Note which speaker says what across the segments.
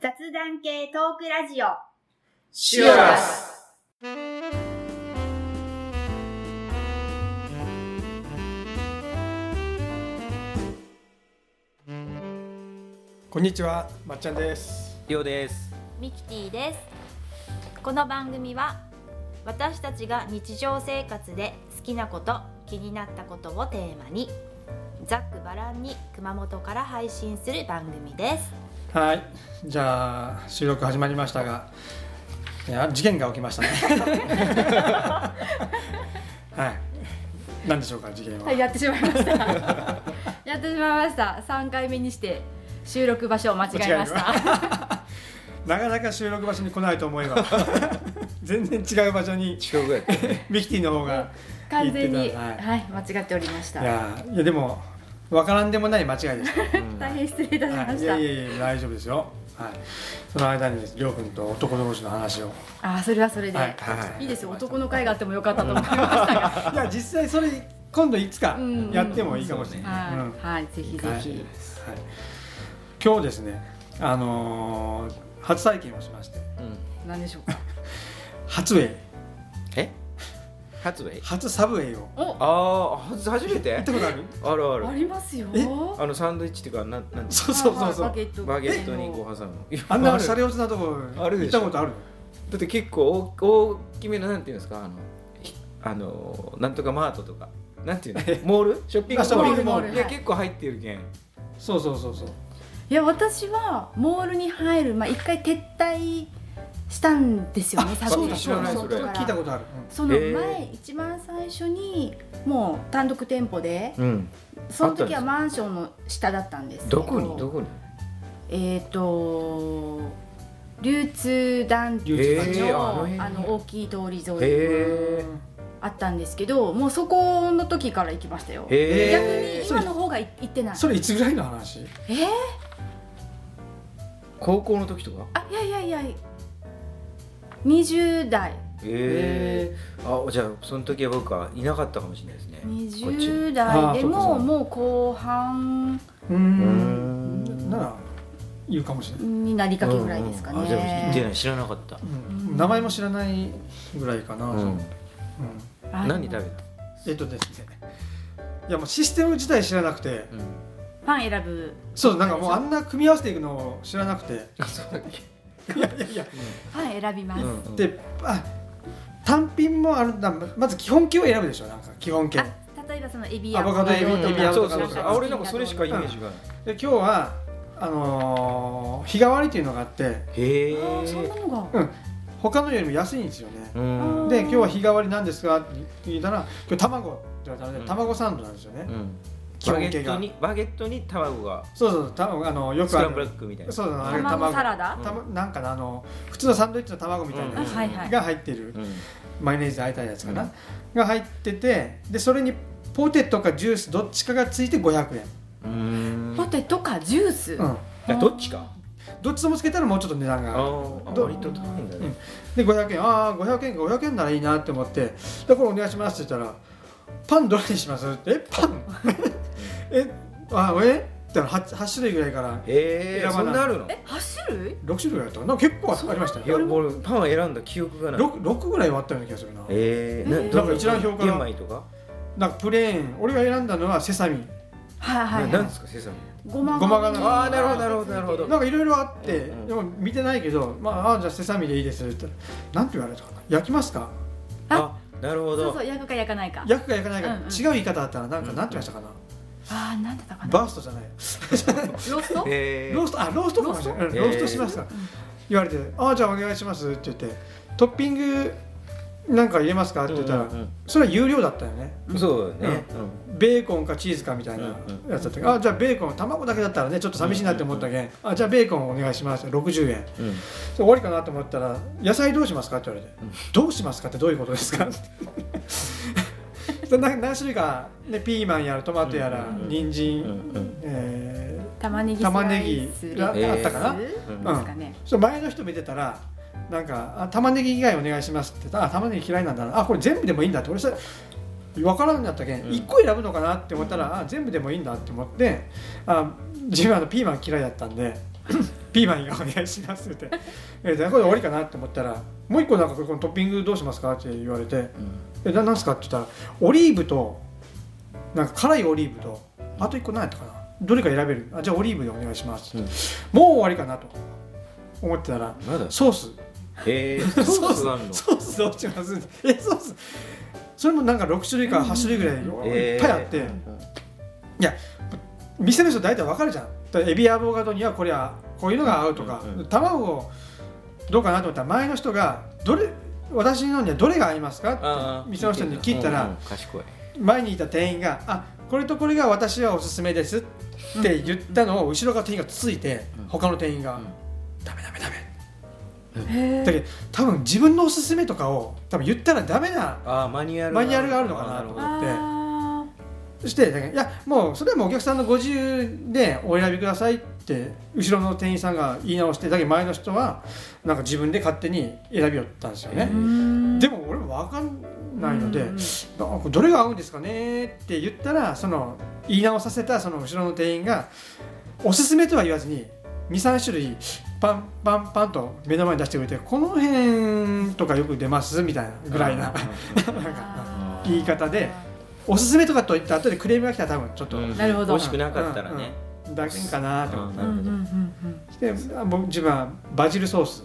Speaker 1: 雑談系トークラジオ。
Speaker 2: シオラス
Speaker 3: こんにちは、まっちゃんです。
Speaker 4: りょうです
Speaker 5: ミキティですこの番組は私たちが日常生活で好きなこと気になったことをテーマにざっくばらんに熊本から配信する番組です
Speaker 3: はい、じゃあ収録始まりましたが、いや事件が起きましたね。はい、なんでしょうか事件は。
Speaker 6: はい、やってしまいま した。やってしまいました。三回目にして収録場所を間違えまし
Speaker 3: 間
Speaker 6: た。
Speaker 3: なかなか収録場所に来ないと思えば、全然違う場所に
Speaker 4: 近くやったね
Speaker 3: ミキティの方が
Speaker 6: 完全
Speaker 3: 言っ
Speaker 6: に、
Speaker 3: てた
Speaker 6: は
Speaker 3: はい
Speaker 6: い、間違っておりまし
Speaker 3: い
Speaker 6: た。
Speaker 3: やいやでもわからんでもない間違いでした。
Speaker 6: 大変失礼いたしま
Speaker 3: はい、い
Speaker 6: し
Speaker 3: や
Speaker 6: た。
Speaker 3: いやいや大丈夫ですよ。はい、その間にりょうくんと男同士の話を。
Speaker 6: ああ、それはそれで、
Speaker 3: はい
Speaker 6: い、
Speaker 3: はい
Speaker 6: ですよ。男の会があってもよかったと思いましたが。
Speaker 3: いや実際それ今度いつか
Speaker 6: うん
Speaker 3: やってもいいかもしれない。うん
Speaker 6: はい、はい、ぜひぜ
Speaker 3: はい
Speaker 6: ひ。
Speaker 3: 今日ですね、あのー初体験をしまして
Speaker 6: なんでしょうか。
Speaker 3: 初ウェイ
Speaker 4: え初ウェイ
Speaker 3: 初サブウェイを
Speaker 4: ああ初めて
Speaker 3: 行ったことある
Speaker 4: あるあ
Speaker 6: あ
Speaker 4: る
Speaker 6: りますよ。
Speaker 3: え
Speaker 4: あのサンドイッチっていうかなんなん
Speaker 3: そうそうそうそう、
Speaker 6: はいはいバゲット。
Speaker 4: バゲットにご飯挟む
Speaker 3: あんな
Speaker 4: る
Speaker 3: 車両なとこ
Speaker 4: ある
Speaker 3: 行っ
Speaker 4: でしたょ
Speaker 3: ことある
Speaker 4: だって結構大大きめのなんていうんですかあのひあのなんとかマートとかなんていうのモールショッピング
Speaker 3: あショッピング
Speaker 4: モー
Speaker 6: モール
Speaker 4: ルいや
Speaker 6: はい
Speaker 4: 結構入ってるけん
Speaker 3: そうそうそうそう
Speaker 6: いや、私はモールに入る、まあ、一回撤退したんですよね。
Speaker 4: あ
Speaker 6: サブウェイ
Speaker 4: そうだ知らない
Speaker 6: そうそう
Speaker 4: それ
Speaker 6: から
Speaker 3: 聞いたことある、
Speaker 6: その前、
Speaker 4: えー
Speaker 6: 一番最初にもう単独店舗で
Speaker 4: うん
Speaker 6: その時はマンションの下だったんですけ
Speaker 4: どこにどこに
Speaker 6: えっ、と流通団地の,、
Speaker 3: 流通団地
Speaker 4: えーあの辺
Speaker 6: あの大きい通り沿いに
Speaker 4: へ
Speaker 6: あったんですけどもうそこの時から行きましたよ
Speaker 4: えへ
Speaker 6: 逆
Speaker 4: え
Speaker 6: に今の方がい行ってない
Speaker 3: それいつぐらいの話
Speaker 6: えー、
Speaker 4: 高校の時とか
Speaker 6: あいやいやいや20代
Speaker 4: ええあじゃあその時は僕はいなかったかもしれないですねこっちに
Speaker 6: 20
Speaker 3: あー
Speaker 6: 代で
Speaker 3: そっかそっか
Speaker 6: ももう後半
Speaker 3: うー
Speaker 4: うー
Speaker 3: ん
Speaker 4: ん
Speaker 3: なら言うかもしれない、
Speaker 6: になりかけぐらいですかね、
Speaker 4: うんうんあでも言ってない知らなかった、
Speaker 3: うん名前も知らないぐらいかな、
Speaker 4: うん、
Speaker 3: うん
Speaker 6: あ
Speaker 4: 何食べた、
Speaker 3: えっとですねいやもうシステム自体知らなくて
Speaker 4: うん、
Speaker 6: パン選ぶ
Speaker 3: そうなんかもうあんな組み合わせていくのを知らなくて
Speaker 4: あそうだっけ、
Speaker 3: いやいやいや
Speaker 6: パン選びます、
Speaker 4: うん、
Speaker 3: であ単品もあるんだまず基本形を選ぶでしょなんか基本形
Speaker 6: あ例えばそのエビ
Speaker 3: アボカドエビ
Speaker 6: と
Speaker 3: エビ
Speaker 6: か
Speaker 3: アボ
Speaker 4: そ
Speaker 3: カ
Speaker 4: うそう
Speaker 3: ド
Speaker 4: そうあ俺なんかそれしかイメージがない、
Speaker 3: で今日はあのー日替わりというのがあって
Speaker 4: へえ
Speaker 6: あーそんなのが
Speaker 3: 他のよりも安いんですよね
Speaker 4: う
Speaker 6: あ
Speaker 4: ん
Speaker 6: ー
Speaker 3: で今日は日替わりなんですかって聞いたら今日卵って言われたの
Speaker 4: う
Speaker 3: で
Speaker 4: ん
Speaker 3: 卵サンドなんですよね、
Speaker 4: うん
Speaker 3: 基
Speaker 4: バゲ
Speaker 3: 本形
Speaker 4: ット
Speaker 3: が
Speaker 4: にバゲットに卵が
Speaker 3: そうそうそう卵あのよ
Speaker 4: ス
Speaker 3: く
Speaker 4: ク
Speaker 3: あ
Speaker 4: ランブルエ
Speaker 3: る
Speaker 4: ッグみたいな
Speaker 3: そうだなあれが
Speaker 6: 卵サラダ
Speaker 4: 卵
Speaker 3: たまなんかなあの普通のサンドイッチの卵みたいなやつ
Speaker 6: うんはいはい
Speaker 3: が入ってる
Speaker 4: うん
Speaker 3: マヨネーズであえたやつかな、
Speaker 4: うん
Speaker 3: が入っててでそれにポテトかジュースどっちかがついて500円、
Speaker 4: うん
Speaker 6: ポテトかジュース、
Speaker 3: うん、
Speaker 4: いやどっちか
Speaker 3: どっちともつけたらもうちょっと値段
Speaker 4: あ
Speaker 3: が
Speaker 4: ーあ
Speaker 3: ど
Speaker 4: 割と高いんだね、
Speaker 3: で500円ああ500円か500円ならいいなって思って「でこれお願いします」って言ったら「パンどれにします?」って「えパン えあえっ?」って言ったら 8, 8種類ぐらいから
Speaker 4: へえ
Speaker 3: 選ば
Speaker 4: そ
Speaker 3: ない
Speaker 4: んなあるの
Speaker 6: え8種類
Speaker 3: 6種類ぐらいあったかな結構ありました
Speaker 4: いや
Speaker 3: よ
Speaker 4: 俺パンを選んだ記憶がない
Speaker 3: 6, 6ぐらいはあったような気がするな
Speaker 4: ええ
Speaker 3: なんか一覧表から
Speaker 4: 玄米とか
Speaker 3: なんかプレーン俺が選んだのはセサミン
Speaker 6: はい
Speaker 4: な
Speaker 6: はい
Speaker 4: なん
Speaker 6: は
Speaker 4: ですかセサミ
Speaker 6: いごま
Speaker 3: ごまが
Speaker 6: が
Speaker 3: な
Speaker 6: ね
Speaker 3: い
Speaker 4: あーなるほどなるほどなるほど
Speaker 3: なんかいろいろあって、
Speaker 4: うんうん
Speaker 3: でも見てないけど「まあ、あーじゃあセサミンでいいです」って言ったらなんて言われたかな「焼きますか?
Speaker 4: あなるほ
Speaker 6: そ
Speaker 4: ど
Speaker 6: うそう焼くか焼かないか」
Speaker 3: 焼くか焼かないか、
Speaker 6: うんうん
Speaker 3: 違う言い方あったらなんか
Speaker 4: うん
Speaker 3: なんて言いましたかな、
Speaker 6: あーなんだったかな
Speaker 3: バーストじゃない
Speaker 6: ロースト
Speaker 4: え
Speaker 3: ローストあローストかもしれないうんロ
Speaker 4: ロースト
Speaker 3: ーストしますか、言われて「ああじゃあお願いします」って言って「トッピングなんか入れますか?」って言ったら、
Speaker 4: うんうん
Speaker 3: それは有料だったよね
Speaker 4: うんそうだね、
Speaker 3: ベーコンかチーズかみたいなやつだったから、あーじゃあベーコン卵だけだったらねちょっと寂しいなって思ったけん、あーじゃあベーコンお願いします60円
Speaker 4: うん
Speaker 3: それ終わりかなと思ったら「野菜どうしますか?」って言われて「どうしますか?」って どういうことですかそれな何種類か、ね、ピーマンやらトマトやら、
Speaker 4: うんうんうん
Speaker 3: 人
Speaker 4: う
Speaker 3: 参、
Speaker 4: んうん
Speaker 3: え
Speaker 6: 玉ねぎスライス
Speaker 3: 玉ねぎがあ
Speaker 6: レ
Speaker 3: ったかな、
Speaker 6: タスです
Speaker 4: うん
Speaker 6: かね
Speaker 3: その前の人見てたらなんかあ「玉ねぎ以外お願いします」って言ったらあ玉ねぎ嫌いなんだなあこれ全部でもいいんだって俺さ分からんんだったけん、
Speaker 4: うん
Speaker 3: 1個選ぶのかなって思ったら、あ全部でもいいんだって思ってあ自分はあのピーマン嫌いだったんで ピーマンがお願いしますってえじゃあこれで終わりかなって思ったらもう一個なんかこのトッピングどうしますかって言われてえななんすかって言ったらオリーブとなんか辛いオリーブとあと一個何やったかなどれか選べるあじゃあオリーブでお願いします、
Speaker 4: うん
Speaker 3: もう終わりかなと思ってたら
Speaker 4: まだ
Speaker 3: ソース
Speaker 4: えー、ソースあるの
Speaker 3: ソースどうします えソースそれもなんか6種類から8種類ぐらいいっぱいあって、店の人大体わかるじゃんだからエビアボカドにはこれはこういうのが合うとか、
Speaker 4: うんうん
Speaker 3: 卵をどうかなと思ったら前の人がどれ私のにはどれが合いますか
Speaker 4: あ
Speaker 3: って店の人に聞いた
Speaker 4: うんうん
Speaker 3: ら
Speaker 4: 賢い
Speaker 3: 前にいた店員が「あこれとこれが私はおすすめです」って言ったのを後ろから店員がつついて
Speaker 4: うん
Speaker 3: 他の店員が
Speaker 4: うん
Speaker 3: 「ダメダメダメ
Speaker 6: へ」
Speaker 3: だけど多分自分のおすすめとかを多分言ったらダメな
Speaker 4: あーマニュアル
Speaker 3: マニュアルがあるのかな
Speaker 4: あーるほど
Speaker 3: あ
Speaker 6: あ
Speaker 3: そしてだけどいやもうそれはもうお客さんのご自由でお選びくださいって後ろの店員さんが言い直してだけど前の人はなんか自分で勝手に選びよったんですよね、
Speaker 6: ー
Speaker 3: でも俺も分かんないので、
Speaker 6: うんうん
Speaker 3: なんかどれが合うんですかねって言ったらその言い直させたその後ろの店員がおすすめとは言わずに23種類パンパンパンと目の前に出してくれてこの辺とかよく出ますみたいなぐらいななんか
Speaker 6: あー
Speaker 3: 言い方でおすすめとかと言った後でクレームが来たら多分ちょっと。
Speaker 4: うん
Speaker 6: なるほど
Speaker 4: 美味しくなかったらね、
Speaker 3: だけんかなと思っ
Speaker 4: うん
Speaker 6: うんうんうん
Speaker 3: て、で僕自分はバジルソース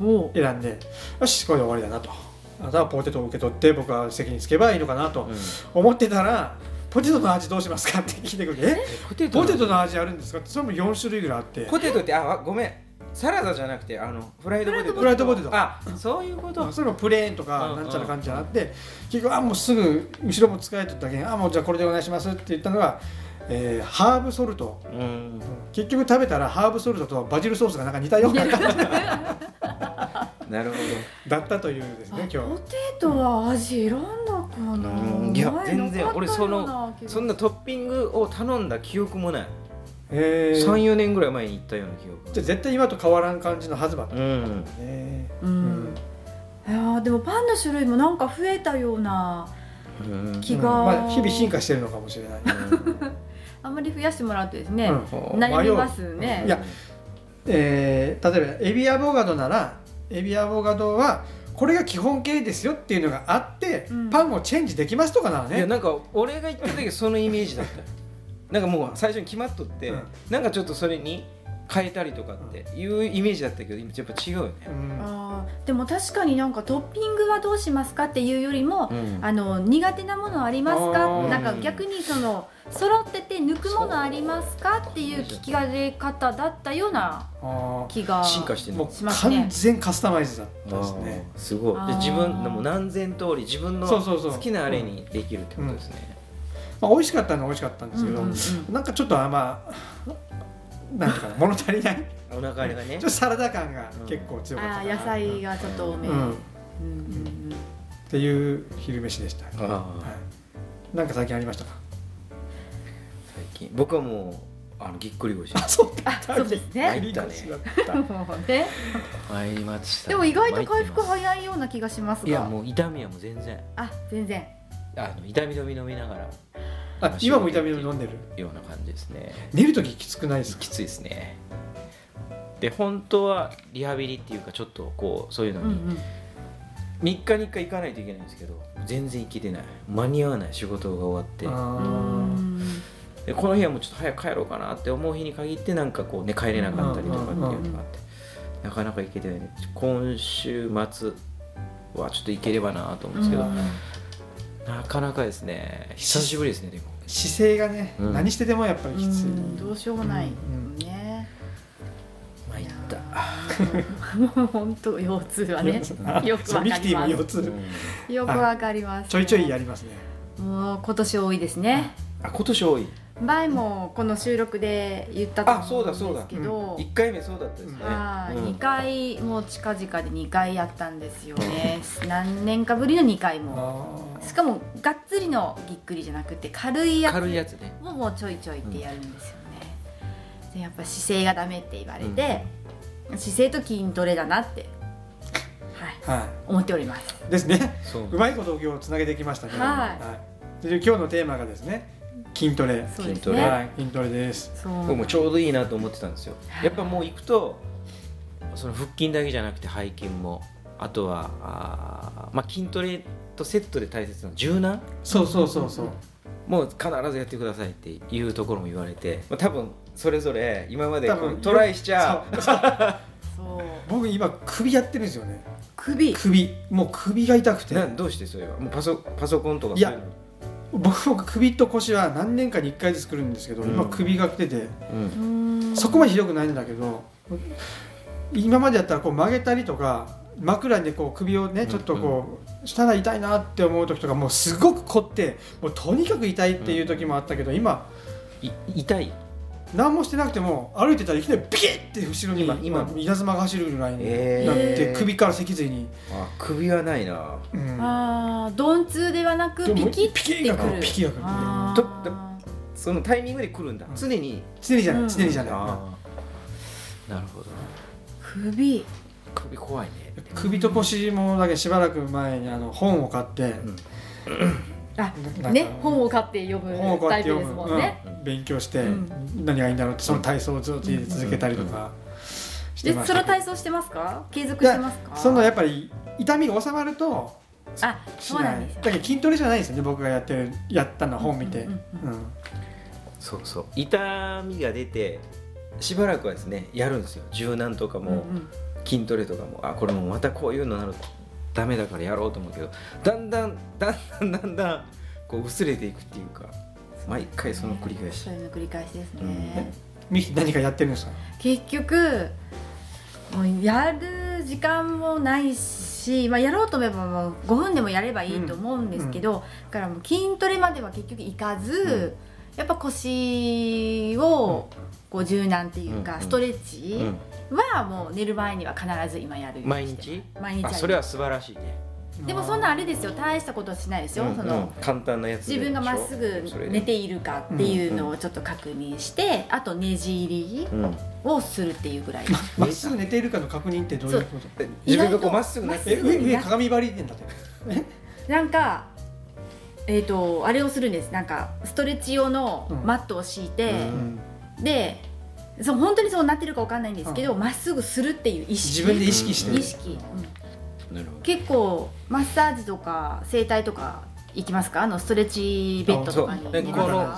Speaker 6: うんおう
Speaker 3: 選んでよしこれで終わりだなとあとはポテトを受け取って僕は席につけばいいのかなと
Speaker 4: うん
Speaker 3: 思ってたら、ポテトの味どうしますかって聞いてくるえ
Speaker 4: ポテ
Speaker 3: ポテトの味あるんですかってそれも4種類ぐらいあって
Speaker 4: ポテトってあわごめんサラダじゃなくてあのフライドポテト
Speaker 3: フライドポテト
Speaker 4: あそういうこと
Speaker 3: それもプレーンとか
Speaker 4: うん
Speaker 3: なんちゃらかんちゃらあって結局あもうすぐ後ろも使えとったけんあもうじゃあこれでお願いしますって言ったのが、えーハーブソルト
Speaker 4: うん
Speaker 3: 結局食べたらハーブソルトとバジルソースがなんか似たような感じ
Speaker 4: なるほ
Speaker 3: だったというですね今日
Speaker 6: ポ。テトは味いろんなか
Speaker 4: う
Speaker 6: なん
Speaker 4: いや
Speaker 6: 前
Speaker 4: 全然
Speaker 6: なかった
Speaker 4: 俺その
Speaker 6: ような気
Speaker 4: ど
Speaker 6: が
Speaker 4: そんなトッピングを頼んだ記憶もない
Speaker 3: えー
Speaker 4: 34年ぐらい前に行ったような記
Speaker 3: じ
Speaker 4: 憶
Speaker 3: ゃあ絶対今と変わらん感じのはずばと、
Speaker 4: うん
Speaker 3: ね
Speaker 6: う
Speaker 3: うん
Speaker 6: いやーでもパンの種類もなんか増えたような
Speaker 4: うん
Speaker 6: 気が、
Speaker 3: まあ、日々進化してるのかもしれ ない、
Speaker 6: あんまり増やしてもらうとですね、
Speaker 3: うん
Speaker 6: 悩みますね
Speaker 3: いやえー例えばエビアボカドならエビアボカドはこれが基本形ですよっていうのがあって、
Speaker 6: うん
Speaker 3: パンをチェンジできますとかなら
Speaker 4: いや
Speaker 3: ね
Speaker 4: なんか俺が行った時そのイメージだったよなんかもう最初に決まっとって、
Speaker 3: うん
Speaker 4: なんかちょっとそれに変えたりとかっていうイメージだったけど今やっぱ違うよね、
Speaker 3: うん
Speaker 6: あーでも確かになんかトッピングはどうしますかっていうよりも、
Speaker 4: うん
Speaker 6: あの苦手なものあります
Speaker 3: あ
Speaker 6: か
Speaker 3: ー
Speaker 6: なんか逆にその揃ってて抜くものありますかっていう聞かれ方だったような
Speaker 3: あ
Speaker 6: 気が
Speaker 4: 進化して
Speaker 3: ー
Speaker 4: る
Speaker 3: もう
Speaker 4: の
Speaker 6: しますね
Speaker 3: 完全カスタマイズだったです
Speaker 4: あ
Speaker 3: ね
Speaker 4: ーすごいで
Speaker 6: あー
Speaker 4: 自分でも何千通り自分の
Speaker 3: そうそうそう
Speaker 4: 好きなあれにできるってことですね、
Speaker 3: まあ、美味しかったのは美味しかったんですけど、
Speaker 6: うんうんう
Speaker 3: なんかちょっとあまあなんていうかな物足りないち
Speaker 4: お腹あれが
Speaker 3: ょ
Speaker 4: ね
Speaker 3: っとサラダ感が結構強かった
Speaker 6: あ
Speaker 3: か
Speaker 6: ー
Speaker 3: な、
Speaker 6: 野菜がちょっと多め、
Speaker 3: うん、っ
Speaker 6: うんうんうん
Speaker 3: ていう昼飯でした、は
Speaker 4: あー
Speaker 3: い、なんか最近ありましたか
Speaker 4: 最近僕はもうあのぎっくり腰
Speaker 6: あそうですね
Speaker 4: 入ったね
Speaker 6: もうね
Speaker 4: 参りました
Speaker 6: でも意外と回復
Speaker 4: い
Speaker 6: 早いような気がしますが
Speaker 4: いやもう痛みはもう全然
Speaker 6: あ全然
Speaker 4: あの痛み止め飲みながら
Speaker 3: あ今も痛み止め飲んでる
Speaker 4: ような感じですね
Speaker 3: 寝るとききつくないですか
Speaker 4: きついですねで本当はリハビリっていうかちょっとこうそういうの
Speaker 6: うんう
Speaker 4: に
Speaker 6: ん
Speaker 4: 3日に1回行かないといけないんですけど全然行けてない間に合わない仕事が終
Speaker 3: あ
Speaker 4: わっ
Speaker 6: うん
Speaker 4: てでこの日はもうちょっと早く帰ろうかなって思う日に限ってなんかこうね帰れなかったりとかっていうのがあってなかなか行けてないね今週末はちょっと行ければなと思うんですけど
Speaker 3: ー
Speaker 4: なかなかですね久しぶりですねでも
Speaker 3: 姿勢がね、
Speaker 4: うん
Speaker 3: 何しててもやっぱりきつい、
Speaker 6: うんどうしようもない、
Speaker 3: うん
Speaker 6: ね
Speaker 4: 参った
Speaker 6: もう 本当腰痛は ねよく
Speaker 3: そう
Speaker 6: わ
Speaker 3: ミ
Speaker 6: か
Speaker 3: キティ
Speaker 6: り
Speaker 3: も
Speaker 6: ま
Speaker 3: 腰痛、
Speaker 6: すよくわかります
Speaker 3: ちょいちょいやりますね
Speaker 6: もう今年多いですね
Speaker 4: あ今年多い
Speaker 6: 前もこの収録で言ったと
Speaker 4: あそう
Speaker 6: 思う
Speaker 4: だ
Speaker 6: ん
Speaker 4: そう
Speaker 6: で
Speaker 4: だ
Speaker 6: すけど
Speaker 4: 1回目そうだったですね
Speaker 6: はい
Speaker 4: うん
Speaker 6: 2回もう近々で2回やったんですよね何年かぶりの2回も
Speaker 3: あ
Speaker 6: しかもがっつりのぎっくりじゃなくて軽いやつ
Speaker 4: 軽いやつね
Speaker 6: ももうちょいちょいってやるんですよね、でやっぱ姿勢がダメって言われて、姿勢と筋トレだなっては
Speaker 3: ー
Speaker 6: い
Speaker 3: は
Speaker 6: 思っております
Speaker 3: いですね
Speaker 4: そう
Speaker 3: うまいことを今日つなげてきましたね
Speaker 6: はい
Speaker 3: いで今日のテーマがですね筋トレ、
Speaker 6: そうで
Speaker 4: 筋
Speaker 6: す
Speaker 4: ト
Speaker 6: ね
Speaker 4: レ
Speaker 3: はい筋トレです
Speaker 6: そう
Speaker 4: 僕もちょうどいいなと思ってたんですよやっぱもう行くとその腹筋だけじゃなくて背筋もあとはあー、まあ、筋トレとセットで大切なの柔軟
Speaker 3: そうそうそうそう
Speaker 4: もう必ずやってくださいっていうところも言われて、まあ、多分それぞれ今まで
Speaker 3: 多
Speaker 4: こ
Speaker 3: 分
Speaker 4: うトライしちゃ
Speaker 3: そうそう
Speaker 6: そう
Speaker 3: 僕今首やってるんですよね
Speaker 6: 首
Speaker 3: 首もう首が痛くて
Speaker 4: などうしてそれはもうパソパソコンとか
Speaker 3: いや
Speaker 4: そういうの
Speaker 3: 僕も首と腰は何年かに1回ずつ来るんですけど、
Speaker 4: うん
Speaker 3: 今首が来てて
Speaker 4: うん
Speaker 3: そこまでひどくないんだけど今までやったらこう曲げたりとか枕にこう首をねちょっとこうしたら痛いなって思う時とかもうすごく凝ってもうとにかく痛いっていう時もあったけど今
Speaker 4: い痛い
Speaker 3: 何もしてなくても歩いてたらいきなりビキッて後ろに
Speaker 4: 今今
Speaker 3: 今稲妻が走るぐらいに
Speaker 4: え
Speaker 3: なっ
Speaker 4: ー
Speaker 3: て首から脊髄に、
Speaker 4: あ首はないな
Speaker 3: うん、
Speaker 6: ああ鈍痛ではなく
Speaker 3: で
Speaker 6: ピ
Speaker 3: も
Speaker 6: キッてく
Speaker 3: ピキが来
Speaker 6: る
Speaker 3: るピキが来る
Speaker 6: あー
Speaker 4: そのタイミングで来るんだ
Speaker 3: うん
Speaker 4: 常に
Speaker 3: 常にじゃない、
Speaker 6: うん
Speaker 3: 常にじゃない、
Speaker 4: あーなるほどね
Speaker 6: 首
Speaker 4: 首怖いね
Speaker 3: 首と腰もだけしばらく前にあの本を買って、
Speaker 6: あ
Speaker 3: なんか
Speaker 6: ね本を買って読
Speaker 3: 本を
Speaker 6: む
Speaker 3: こう
Speaker 6: タ
Speaker 3: やっ
Speaker 6: イ
Speaker 3: て読
Speaker 6: プです
Speaker 3: む
Speaker 6: もんね、
Speaker 3: うん勉強して、
Speaker 6: うん
Speaker 3: 何がいいんだろうってその体操をずっと家で続けたりとかして
Speaker 6: で
Speaker 3: まし
Speaker 6: そ
Speaker 3: た
Speaker 6: の
Speaker 3: けど、
Speaker 6: 体操してますか継続してますか
Speaker 3: そのやっぱり痛みが収まると
Speaker 6: あ
Speaker 3: し
Speaker 6: そうな
Speaker 3: なんい
Speaker 6: です
Speaker 3: だ
Speaker 6: よ
Speaker 3: けど筋トレじゃないですよね僕がやってるやったのは本見て、
Speaker 6: うんうん
Speaker 3: うん
Speaker 4: そうそう痛みが出てしばらくはですねやるんですよ柔軟とか
Speaker 6: うんう
Speaker 4: も
Speaker 6: ん
Speaker 4: 筋トレとかもあこれもうまたこういうのなるとダメだからやろうと思うけどだんだんだんだんだんだんこう薄れていくっていうか毎回その繰り返し
Speaker 6: そういうの繰り返しですね、
Speaker 4: うん
Speaker 3: ミキ何かやってるんですか
Speaker 6: 結局もうやる時間もないし、まあ、やろうと思えばもう5分でもやればいいと思うんですけど、だからもう筋トレまでは結局いかず、やっぱ腰をこう柔軟っていうか、
Speaker 4: うん
Speaker 6: ストレッチ
Speaker 4: うん
Speaker 6: はもう寝る前には必ず今やるように
Speaker 4: 毎
Speaker 6: して
Speaker 4: 日
Speaker 6: 毎日
Speaker 4: あ
Speaker 6: やる
Speaker 4: それは素晴らしいね
Speaker 6: でもそんなあれですよ大したことはしないですよ、
Speaker 4: うん
Speaker 6: その、
Speaker 4: うん簡単なやつで
Speaker 6: 自分がまっすぐ
Speaker 4: しょそれで
Speaker 6: 寝ているかっていうのをちょっと確認して、あとねじ入り
Speaker 4: うん
Speaker 6: をするっていうぐらい。
Speaker 3: まっすぐ寝ているかの確認ってどういうこと
Speaker 4: で自分がこうまっすぐなって
Speaker 3: え
Speaker 6: 意
Speaker 4: る
Speaker 6: 外
Speaker 3: 上
Speaker 6: と
Speaker 3: 上鏡張りでんだって
Speaker 6: なんかえー、とあれをするんですなんかストレッチ用のマットを敷いて、
Speaker 3: うん
Speaker 6: でそう本当にそうなってるかわかんないんですけどま、っすぐするっていう意識
Speaker 3: 自分で意識して
Speaker 4: うん
Speaker 6: 意識、うん
Speaker 4: なるほど
Speaker 6: 結構マッサージとか整体とか行きますかあのストレッチベッドとかに
Speaker 4: あそう
Speaker 6: 寝なが
Speaker 4: こ
Speaker 6: ら
Speaker 4: の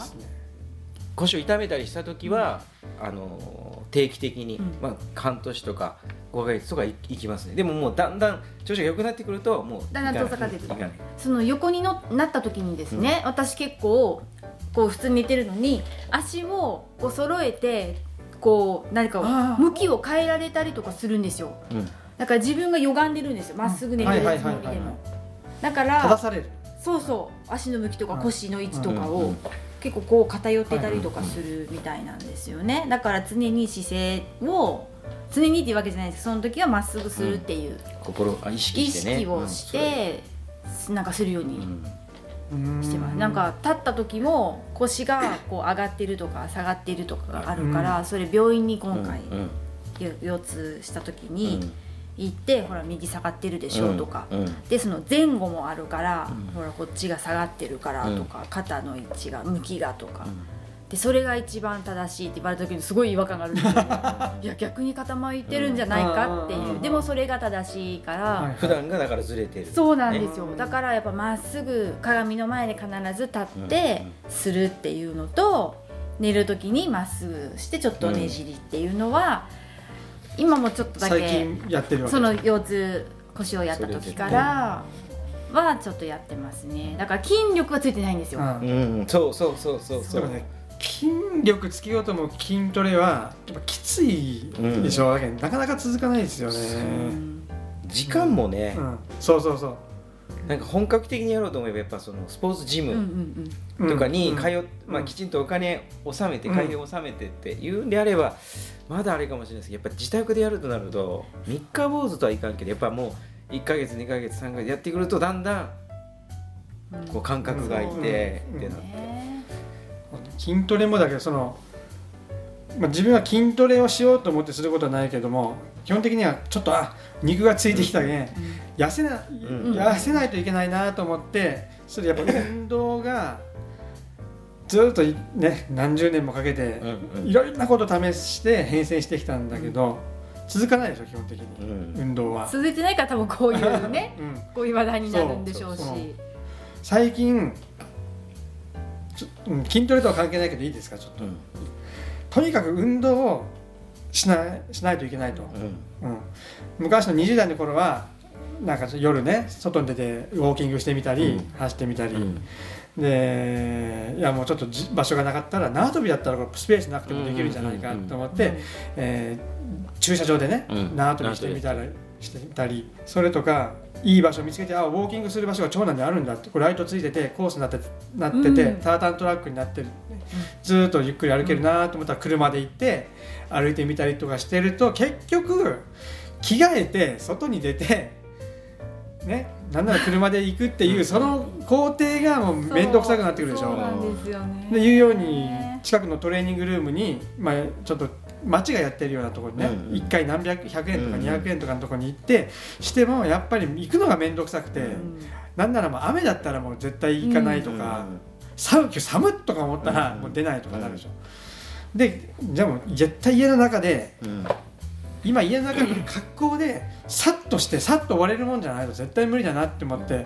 Speaker 4: 腰を痛めたりした時は、あのー定期的に、
Speaker 6: うん
Speaker 4: まあ、半年とか5ヶ月とかい行きますねでももうだんだん調子が良くなってくるともう
Speaker 6: だんだん
Speaker 4: 行
Speaker 6: 遠
Speaker 4: か
Speaker 6: ざか
Speaker 4: な
Speaker 6: っ
Speaker 4: い
Speaker 6: てくる
Speaker 4: 行かない
Speaker 6: その横にのなった時にですね、私結構こう普通に寝てるのに足をこう揃えてこう何か
Speaker 3: あ
Speaker 6: を
Speaker 3: ー
Speaker 6: 向きを変えられたりとかするんですよ
Speaker 4: うん
Speaker 6: だから自分が歪んでるんですよまっすぐ寝て
Speaker 3: は
Speaker 6: る
Speaker 3: い
Speaker 6: つ
Speaker 3: はいはい
Speaker 6: も
Speaker 3: は
Speaker 6: り
Speaker 3: い
Speaker 6: で
Speaker 3: はい
Speaker 6: もだか
Speaker 3: 正
Speaker 6: ら
Speaker 3: される
Speaker 6: そうそう足の向きとか
Speaker 3: うん
Speaker 6: 腰の位置とか
Speaker 4: うんう
Speaker 6: を
Speaker 4: ん
Speaker 6: 結構こう偏ってたりとかするみたいなんですよねだから常に姿勢を常にっていうわけじゃないですけどその時はまっすぐするっていう
Speaker 4: 心あ意識
Speaker 6: 意
Speaker 4: してね
Speaker 6: 識をしてなんかするよう
Speaker 4: うん
Speaker 6: に
Speaker 3: うん
Speaker 6: してますなんか立った時も腰がこう上がってるとか下がってるとかがあるから、それ病院に今回、
Speaker 4: うんうん
Speaker 6: よ腰痛した時
Speaker 4: うん
Speaker 6: に行って、ほら右下がってるでしょとか、
Speaker 4: うん
Speaker 6: でその前後もあるから、
Speaker 4: うん
Speaker 6: ほらこっちが下がってるからとか、肩の位置が向きがとか、でそれが一番正しいって言われた時にすごい違和感があるんですよいや逆に傾いてるんじゃないかっていう、
Speaker 3: うん
Speaker 6: でもそれが正しいから。
Speaker 3: はい
Speaker 4: 普段がだからずれてる
Speaker 6: そうなんですよ、
Speaker 3: ね
Speaker 6: だからやっぱまっすぐ鏡の前で必ず立ってするっていうのと、寝る時にまっすぐしてちょっとねじりっていうのは、今もちょっとだ
Speaker 3: 最
Speaker 6: け
Speaker 3: 近やってるわけ
Speaker 6: その腰痛腰をやった時からはちょっとやってますねだから筋力はついてないんですよ、
Speaker 3: うん
Speaker 4: うんそうそうそうそうそ
Speaker 3: で
Speaker 4: う
Speaker 3: もね筋力つけようとも筋トレはやっぱきついでしょ、だけどなかなか続かないですよね、
Speaker 6: うん
Speaker 4: 時間もね
Speaker 3: う、ん、そうそうそう
Speaker 4: なんか本格的にやろうと思えばやっぱそのスポーツジ
Speaker 6: うんう
Speaker 4: ム
Speaker 6: ん
Speaker 3: うん
Speaker 4: とかに通っ、
Speaker 3: うん
Speaker 4: まあ、きちんとお金納めて会費納めてっていうんであればまだあれかもしれないですけどやっぱ自宅でやるとなると三日坊主とはいかんけどやっぱもう1か月2か月3か月やってくるとだんだん
Speaker 6: うんうん
Speaker 4: こう感覚がいて、
Speaker 3: うん
Speaker 4: ってな
Speaker 6: ね
Speaker 3: 筋トレもだけどその、まあ、自分は筋トレをしようと思ってすることはないけども基本的にはちょっとあ肉がついてきたね、痩せな、
Speaker 4: ん
Speaker 3: 痩せないといけないなと思ってそれやっぱ運動がずっといね何十年もかけて
Speaker 4: うんうん
Speaker 3: いろんなこと試して変遷してきたんだけど、続かないでしょ基本的に、
Speaker 4: うん
Speaker 3: 運動は、
Speaker 6: 続いてないから多分こういうね
Speaker 3: うん、
Speaker 6: こういう話題になるんでしょうし
Speaker 3: そうそうそう最近ちょ、うん、筋トレとは関係ないけどいいですかちょっと
Speaker 4: うん
Speaker 3: とにかく運動をしないしないといけないと、
Speaker 4: うん
Speaker 3: うん、昔の20代の頃はなんか夜ね外に出てウォーキングしてみたり、
Speaker 4: うん
Speaker 3: 走ってみたり、
Speaker 4: うん
Speaker 3: でいやもうちょっとじ場所がなかったら縄跳びだったらこれスペースなくてもできるんじゃないかと思って、えー駐車場でね、
Speaker 4: うん
Speaker 3: 縄跳びしてみたりしてみたりそれとかいい場所見つけてあウォーキングする場所が長男にあるんだってこれライトついててコースになってなってて、
Speaker 6: うん
Speaker 3: タータントラックになってるずーっとゆっくり歩けるなと思ったら車で行って歩いてみたりとかしてると結局着替えて外に出て。ね、なんなら車で行くっていうその工程がもう面倒くさくなってくるでしょ
Speaker 6: そうなんですよね
Speaker 3: で言うように近くのトレーニングルームに、まあ、ちょっと町がやってるようなところにね、
Speaker 4: うんうん
Speaker 3: 1回何百100円とか
Speaker 4: うんうん
Speaker 3: 200円とかのところに行って、してもやっぱり行くのが面倒くさくて、
Speaker 6: うん
Speaker 3: なんならもう雨だったらもう絶対行かないとか、
Speaker 4: うん
Speaker 3: 寒今日寒っとか思ったら
Speaker 4: うん
Speaker 3: もう出ないとかなるでしょ。でじゃあもう絶対家の中で
Speaker 4: うん
Speaker 3: 今家の中にいる格好でさっとしてさっと終われるもんじゃないと絶対無理だなって思って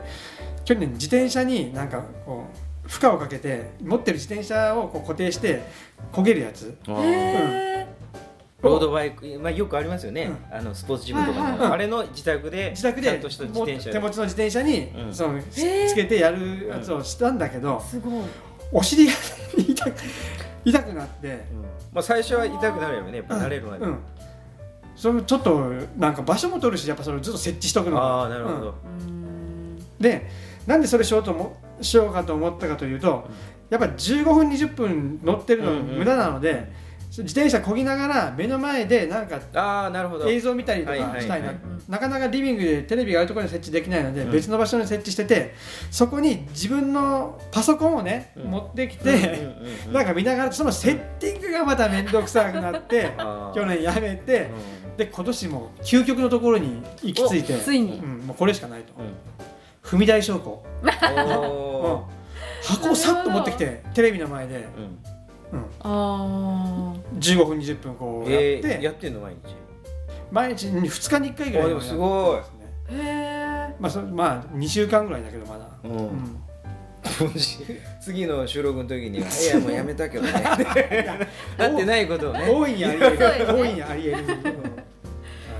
Speaker 3: 去年自転車になんかこう負荷をかけて持ってる自転車をこう固定して焦げるやつ
Speaker 4: あー
Speaker 6: へ
Speaker 4: ロードバイク、まあ、よくありますよね、あのスポーツジムとかの、
Speaker 6: はい
Speaker 3: はいはい
Speaker 4: あれの自宅で
Speaker 3: 自宅
Speaker 4: ちゃ
Speaker 3: で
Speaker 4: んとした自
Speaker 3: もう手
Speaker 4: 転
Speaker 3: 持ち
Speaker 4: 車
Speaker 3: の自転車に
Speaker 4: うん
Speaker 3: そのつ
Speaker 6: へー
Speaker 3: つけてやるやつをしたんだけど
Speaker 6: ーすごい
Speaker 3: お尻が痛く痛くなって
Speaker 4: うんまあ、最初は痛くなるよねやっぱ慣れるまで、
Speaker 3: うんそれもちょっとなんか場所も取るしやっぱそれをずっと設置しとくのが
Speaker 4: ああなるほど、
Speaker 6: うん
Speaker 3: でなんでそれしようともしようかと思ったかというと、やっぱ15分20分乗ってるの
Speaker 4: うんうん
Speaker 3: 無駄なので、自転車こぎながら目の前でなんか
Speaker 4: ああなるほど
Speaker 3: 映像見たりとか
Speaker 4: はいはいはい
Speaker 3: したいな、
Speaker 4: うん
Speaker 3: なかなかリビングでテレビがあるところに設置できないので、
Speaker 4: うん
Speaker 3: 別の場所に設置しててそこに自分のパソコンをね、
Speaker 4: うん
Speaker 3: 持ってきて、
Speaker 4: うんうんうんうん
Speaker 3: なんか見ながらそのセッティングがまた面倒くさくなって
Speaker 4: あー
Speaker 3: 去年やめて、で今年も究極のところに行き着いて、
Speaker 6: ついに
Speaker 3: うん、もうこれしかないと
Speaker 4: うんうん
Speaker 3: 踏み台昇降。う
Speaker 4: お
Speaker 3: ん箱をさっと持ってきてテレビの前で
Speaker 4: ーうん
Speaker 6: あ
Speaker 3: 15分20分こうやっ
Speaker 4: え
Speaker 3: て、
Speaker 4: ー、やってんの毎日
Speaker 3: 毎日2日に1回ぐらい
Speaker 4: あでもすごい
Speaker 3: やってますね
Speaker 6: あへえ
Speaker 3: まあそまあ2週間ぐらいだけどまだ、
Speaker 4: うん
Speaker 3: うん
Speaker 4: 次の収録の時には「いやもうやめたけどね」なってないことをね
Speaker 3: 大いにありえる
Speaker 6: そうですね
Speaker 3: 大いにありえる、うん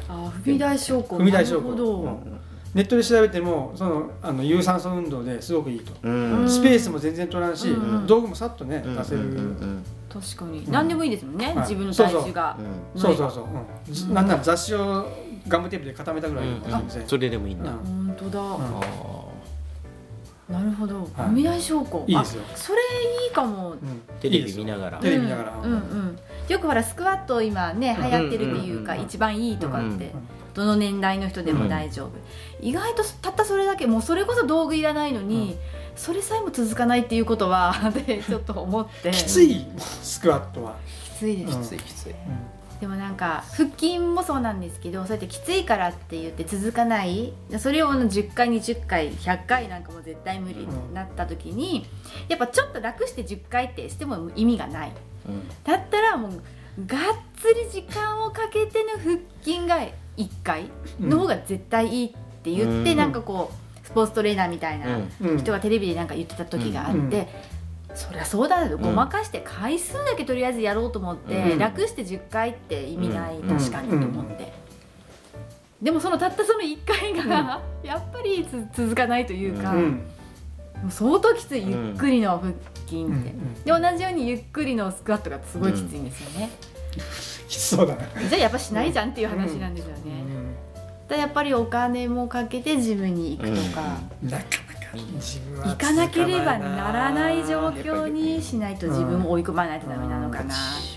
Speaker 6: あー踏み台昇降
Speaker 3: 踏み台昇降
Speaker 6: なるほ
Speaker 3: う
Speaker 6: ど
Speaker 3: んネットで調べてもそのあの有酸素運動ですごくいいと、
Speaker 4: うん
Speaker 3: スペースも全然取らんし、
Speaker 6: うん
Speaker 3: 道具もさっとね
Speaker 4: うん
Speaker 3: 出せる、
Speaker 4: うんうん
Speaker 6: 確か
Speaker 3: う
Speaker 6: に
Speaker 3: ん
Speaker 6: 何でもいいですもんね
Speaker 3: はい
Speaker 6: 自分の体重が
Speaker 4: うんうん
Speaker 3: そうそうそう、うんずなんなら雑誌をガムテープで固めたぐらいでも全然、
Speaker 4: それでもいいんだ、
Speaker 3: うん
Speaker 6: 本当だ
Speaker 3: うん
Speaker 4: あ
Speaker 6: なるほど
Speaker 3: はい
Speaker 6: 踏み台昇降
Speaker 3: いいですよ
Speaker 6: あそれいいかも
Speaker 3: うん
Speaker 4: ーテレビ見ながら
Speaker 3: テレビ見ながら
Speaker 6: うんうんうんよくほらスクワット今ね流行ってるっていう
Speaker 4: う
Speaker 6: か
Speaker 4: んうんうん
Speaker 6: 一番いいとかって
Speaker 3: うんうん
Speaker 6: どの年代の人でも大丈夫意外とたったそれだけもうそれこそ道具いらないのにそれさえも続かないっていうことは でちょっと思って
Speaker 3: きついスクワットは、
Speaker 6: きついです
Speaker 3: うん
Speaker 4: きついきつい
Speaker 6: でもなんか腹筋もそうなんですけどそうやってきついからって言って続かないそれをあの10回20回100回なんかも絶対無理になった時にやっぱちょっと楽して10回ってしても意味がない
Speaker 4: うん
Speaker 6: だったらもうがっつり時間をかけての腹筋が1回の方が絶対いいって言って、
Speaker 4: うん
Speaker 6: なんかこうスポーツトレーナーみたいな
Speaker 3: うん
Speaker 6: 人がテレビでなんか言ってた時があって、
Speaker 3: うんうん
Speaker 6: そりゃそうだよ
Speaker 4: ん
Speaker 6: ごまかして回数だけとりあえずやろうと思って、
Speaker 4: うん
Speaker 6: 楽して10回って意味ない、
Speaker 4: うん
Speaker 6: 確かにと思って、でもそのたったその1回が、やっぱりつ続かないというか、
Speaker 3: う
Speaker 6: も
Speaker 3: ん
Speaker 6: う相当きついゆっくりの腹筋って、
Speaker 3: うん
Speaker 6: で同じようにゆっくりのスクワットがすごいきついんですよね、
Speaker 3: きつそうだな、
Speaker 6: じゃあやっぱしないじゃんっていう話なんですよね、だやっぱりお金もかけてジムに行くとか、
Speaker 3: なかなか自分は
Speaker 6: 行かなければならない状況にしないと自分を追い込まないとダメなのかな、